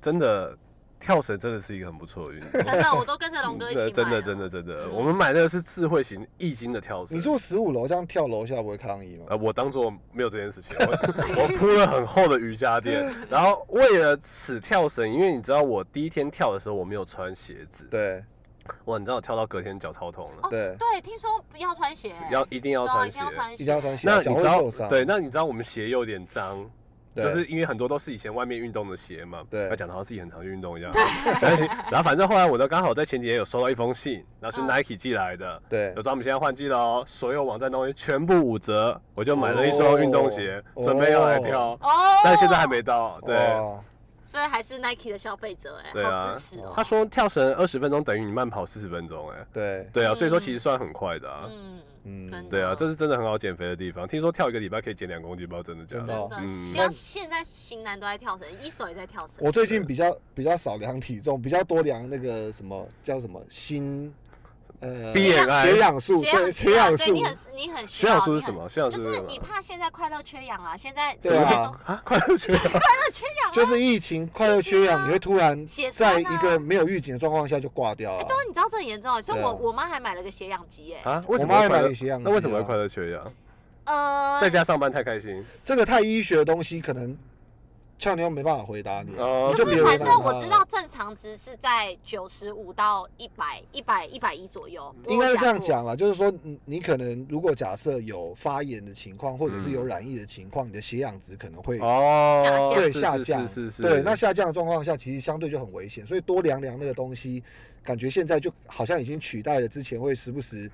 Speaker 3: 真的跳绳真的是一个很不错的运 动。
Speaker 4: 真的，我都啊跟着龙
Speaker 2: 嗯
Speaker 4: 哥一起买
Speaker 3: 呃
Speaker 4: 了
Speaker 3: 真的真的真的，我们买的是智慧型易经的跳绳。
Speaker 2: 你住十五楼这样跳楼下不会抗议吗？
Speaker 3: 呃，我当做没有这件事情，我我铺了很厚的瑜伽垫，然后为了此跳绳，因为你知道我第一天跳的时候我没有穿鞋子，
Speaker 2: 对，
Speaker 3: 哇，你知道我跳到隔天脚超痛了，
Speaker 4: 哦
Speaker 2: 对
Speaker 4: 对，听说不要穿鞋，
Speaker 3: 要一定要
Speaker 4: 对啊
Speaker 3: 穿
Speaker 4: 一
Speaker 3: 鞋
Speaker 4: 定。要穿鞋，
Speaker 2: 一定要穿鞋，
Speaker 3: 那
Speaker 2: 脚
Speaker 3: 你
Speaker 2: 会
Speaker 3: 知道
Speaker 2: 受伤。
Speaker 3: 对，那你知道我们鞋有点脏，
Speaker 2: 对
Speaker 3: 就是因为很多都是以前外面运动的鞋嘛，
Speaker 2: 对
Speaker 3: 要讲的好像自己很常去运动一样，但是然后反正后来我都刚好在前几天有收到一封信，然后是
Speaker 4: 嗯
Speaker 3: Nike 寄来的，
Speaker 2: 对
Speaker 3: 有说他们现在换季了哦，所有网站东西全部五折，我就买了一双运动鞋，
Speaker 2: 哦
Speaker 3: 准备要来跳，
Speaker 4: 哦，
Speaker 3: 但现在还，没到，对。
Speaker 2: 哦
Speaker 4: 所以还是 Nike 的消费者哎、
Speaker 3: 对啊
Speaker 4: 好支持哦，
Speaker 3: 他说跳绳二十分钟等于你慢跑四十分钟，哎，
Speaker 2: 对，
Speaker 3: 对啊，所以说其实算很快的啊，
Speaker 4: 嗯，
Speaker 2: 嗯，
Speaker 4: 真的
Speaker 3: 对啊，这是真的很好减肥的地方。听说跳一个礼拜可以减两公斤，不知道真的假
Speaker 2: 真的。
Speaker 3: 的
Speaker 4: 真
Speaker 2: 哦
Speaker 4: 的，
Speaker 3: 嗯
Speaker 4: 像现在型男都在跳绳，一手也在跳绳，
Speaker 2: 我最近比较比较少量体重，比较多量那个什么叫什么心，呃，
Speaker 3: B M
Speaker 2: 血
Speaker 3: I
Speaker 2: 氧素，
Speaker 4: 血氧
Speaker 2: 对，血氧
Speaker 4: 对
Speaker 2: 素，
Speaker 4: 你很你很需
Speaker 3: 血
Speaker 4: 要
Speaker 3: 氧素
Speaker 4: 你
Speaker 3: 啊是什
Speaker 4: 很
Speaker 3: 么？血氧
Speaker 4: 就
Speaker 3: 素
Speaker 4: 是
Speaker 3: 什么
Speaker 4: 你怕现在快乐缺氧啊，现在
Speaker 2: 对
Speaker 4: 什么
Speaker 2: 啊
Speaker 4: 都
Speaker 3: 啊， 快乐缺氧，
Speaker 2: 就是疫情快乐缺氧，你会突然
Speaker 4: 血
Speaker 2: 在
Speaker 4: 栓啊
Speaker 2: 一个没有预警的状况下就挂掉了
Speaker 4: 对。啊，你知道这很严重，所以
Speaker 2: 对啊
Speaker 4: 我我妈还买了个血氧机哎、
Speaker 3: 啊？ 为什
Speaker 2: 我
Speaker 3: 么
Speaker 2: 妈
Speaker 3: 会
Speaker 2: 也
Speaker 3: 快
Speaker 2: 买
Speaker 3: 乐
Speaker 2: 了血氧机啊
Speaker 3: 那为什么会快乐缺氧？
Speaker 4: 呃，
Speaker 3: 在家上班太开心
Speaker 2: 这个太医学的东西，可能俏妞没办法回答你，啊
Speaker 3: 哦
Speaker 2: 你
Speaker 4: 就
Speaker 2: 就别
Speaker 4: 是反
Speaker 2: 为难她
Speaker 4: 正
Speaker 2: 了
Speaker 4: 我知道，正常值是在九十五到一百、一百、一百一左右，
Speaker 2: 应该是这样
Speaker 4: 我有过。
Speaker 2: 讲啦，就是说你你可能如果假设有发炎的情况，或者是
Speaker 3: 嗯
Speaker 2: 有染疫的情况，你的血氧值可能会
Speaker 3: 哦，
Speaker 2: 对
Speaker 3: 是
Speaker 2: 下
Speaker 3: 是
Speaker 2: 降，
Speaker 3: 是是是，
Speaker 2: 对，那下降的状况下，其实相对就很危险，所以多量量那个东西，感觉现在就好像已经取代了之前会时不时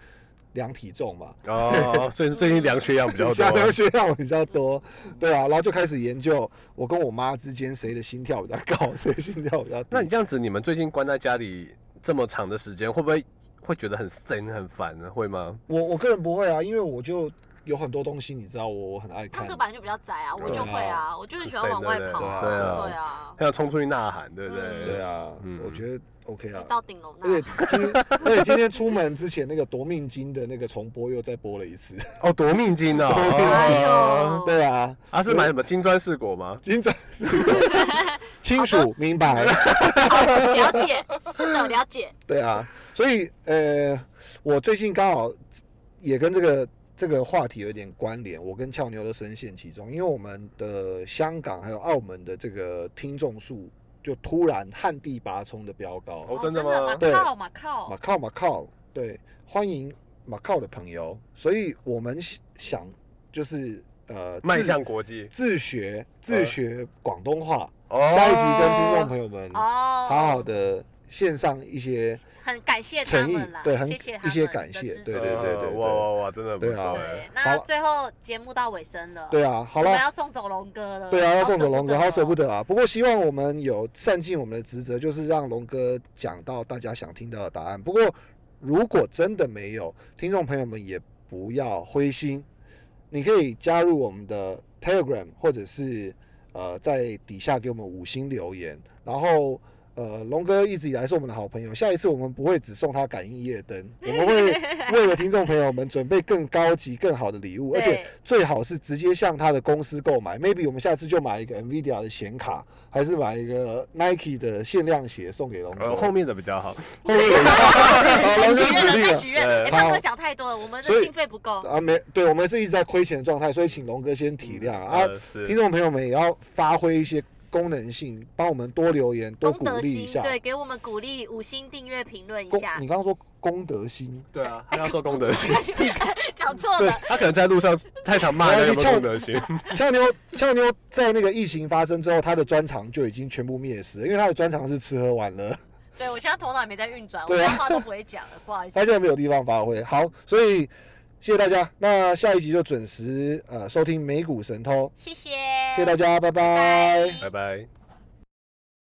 Speaker 2: 量体重嘛，
Speaker 3: 哦， 所以最近量血氧 比较
Speaker 2: 下
Speaker 3: 多
Speaker 2: 降。血氧比较多，对啊，然后就开始研究我跟我妈之间谁的心跳比较高， 谁心跳比较低。
Speaker 3: 那你这样子，你们最近关在家里这么长的时间，会不会会觉得很森很烦呢？会吗？
Speaker 2: 我我个人不会啊，因为我就有很多东西，你知道我我很爱
Speaker 4: 他
Speaker 2: 看
Speaker 4: 哥，本来就比较宅啊，我
Speaker 3: 对
Speaker 4: 就
Speaker 2: 啊
Speaker 4: 会啊，我就很喜欢往外跑
Speaker 2: 对
Speaker 3: 啊
Speaker 4: 对啊，
Speaker 3: 还想冲出去呐喊，对不对？
Speaker 4: 嗯
Speaker 2: 对啊，
Speaker 3: 嗯
Speaker 2: 我觉得 OK
Speaker 4: 你
Speaker 2: 啊。
Speaker 4: 到顶楼那
Speaker 2: 而。且今 天而且今天出门之前那个夺命金的那个重播又再播了一次，
Speaker 3: 哦，夺命金哦，
Speaker 2: 夺命
Speaker 4: 金
Speaker 3: 哦
Speaker 4: 哦
Speaker 2: 对啊，
Speaker 3: 啊，是买什么金砖试果吗？
Speaker 2: 金砖 是个清楚明白，
Speaker 4: 了 解，
Speaker 2: 啊
Speaker 4: 是的，了解。
Speaker 2: 对啊，所以呃，我最近刚好也跟这个这个话题有点关联，我跟俏妞都深陷其中，因为我们的香港还有澳门的这个听众数就突然旱地拔葱的飙高，
Speaker 3: 哦真的吗
Speaker 2: 对
Speaker 4: 靠嘛靠
Speaker 2: 马，靠马靠，对，欢迎马靠的朋友，所以我们想就是呃
Speaker 3: 迈
Speaker 2: 自
Speaker 3: 向国际。
Speaker 2: 自学自
Speaker 3: 呃
Speaker 2: 学广东话，
Speaker 3: 哦
Speaker 2: 下一集跟听众朋友们好
Speaker 4: 哦，
Speaker 2: 好，的献上一些。
Speaker 4: 很感谢他
Speaker 2: 诚意
Speaker 4: 们啦，
Speaker 2: 对很
Speaker 4: 谢谢他
Speaker 2: 一些
Speaker 4: 们
Speaker 2: 感
Speaker 4: 的
Speaker 2: 谢
Speaker 4: 支持
Speaker 2: 对对对对对
Speaker 3: 哇哇哇，真的不
Speaker 2: 对啊
Speaker 3: 错哎
Speaker 4: 对。那最后节目到尾声了，
Speaker 2: 对啊，好
Speaker 4: 我们
Speaker 2: 了，
Speaker 4: 要送走龙哥了，
Speaker 2: 对啊，要送走龙哥，好舍不
Speaker 4: 得
Speaker 2: 得啊。不过希望我们有善尽我们的职责，就是让龙哥讲到大家想听到的答案。不过如果真的没有，听众朋友们也不要灰心，你可以加入我们的 Telegram，或者是呃在底下给我们五星留言，然后。呃，龙哥一直以来是我们的好朋友，下一次我们不会只送他感应夜灯，我们 会为了听众朋友们准备更高级、更好的礼物，
Speaker 4: 对
Speaker 2: 而且最好是直接向他的公司购买。maybe 我们下次就买一个 NVIDIA 的显卡，还是买一个 Nike 的限量鞋送给龙哥。哦
Speaker 3: 呃，后面的比较好。
Speaker 4: 哦
Speaker 2: 后面有一个好，
Speaker 4: 再
Speaker 2: 龙
Speaker 4: 许愿了，
Speaker 2: 哥指定
Speaker 4: 再
Speaker 2: 了
Speaker 4: 许愿。
Speaker 3: 对
Speaker 4: 哎，大
Speaker 2: 好
Speaker 4: 哥讲太多了，我们
Speaker 2: 所
Speaker 4: 的
Speaker 2: 以
Speaker 4: 经费不够。
Speaker 2: 啊，没对，我们是一直在亏钱的状态，所以请龙哥先体谅啊。啊
Speaker 3: 呃是
Speaker 2: 听众朋友们也要发挥一些功能性，帮我们多留言、多
Speaker 4: 功
Speaker 2: 鼓
Speaker 4: 德
Speaker 2: 励一
Speaker 4: 心，
Speaker 2: 下。
Speaker 4: 对，给我们鼓励，五星订阅、评论一
Speaker 2: 功，
Speaker 4: 下
Speaker 2: 你。刚刚说功德心，
Speaker 3: 对啊，他要做功德心，
Speaker 4: 讲错了，
Speaker 3: 他可能在路上太常骂人，有没有功德心？
Speaker 2: 俏妞，俏妞在那个疫情发生之后，她的专长就已经全部灭失了，因为她的专长是吃喝玩乐，
Speaker 4: 对我现在头脑也没在运转，我
Speaker 2: 对啊
Speaker 4: 连话都不会讲了，不好意思
Speaker 2: 她。现在没有地方发挥。好，所以谢谢大家，那下一集就准时呃收听美股神偷，
Speaker 4: 谢谢，
Speaker 2: 谢谢大家，拜拜
Speaker 4: 拜
Speaker 3: 拜拜。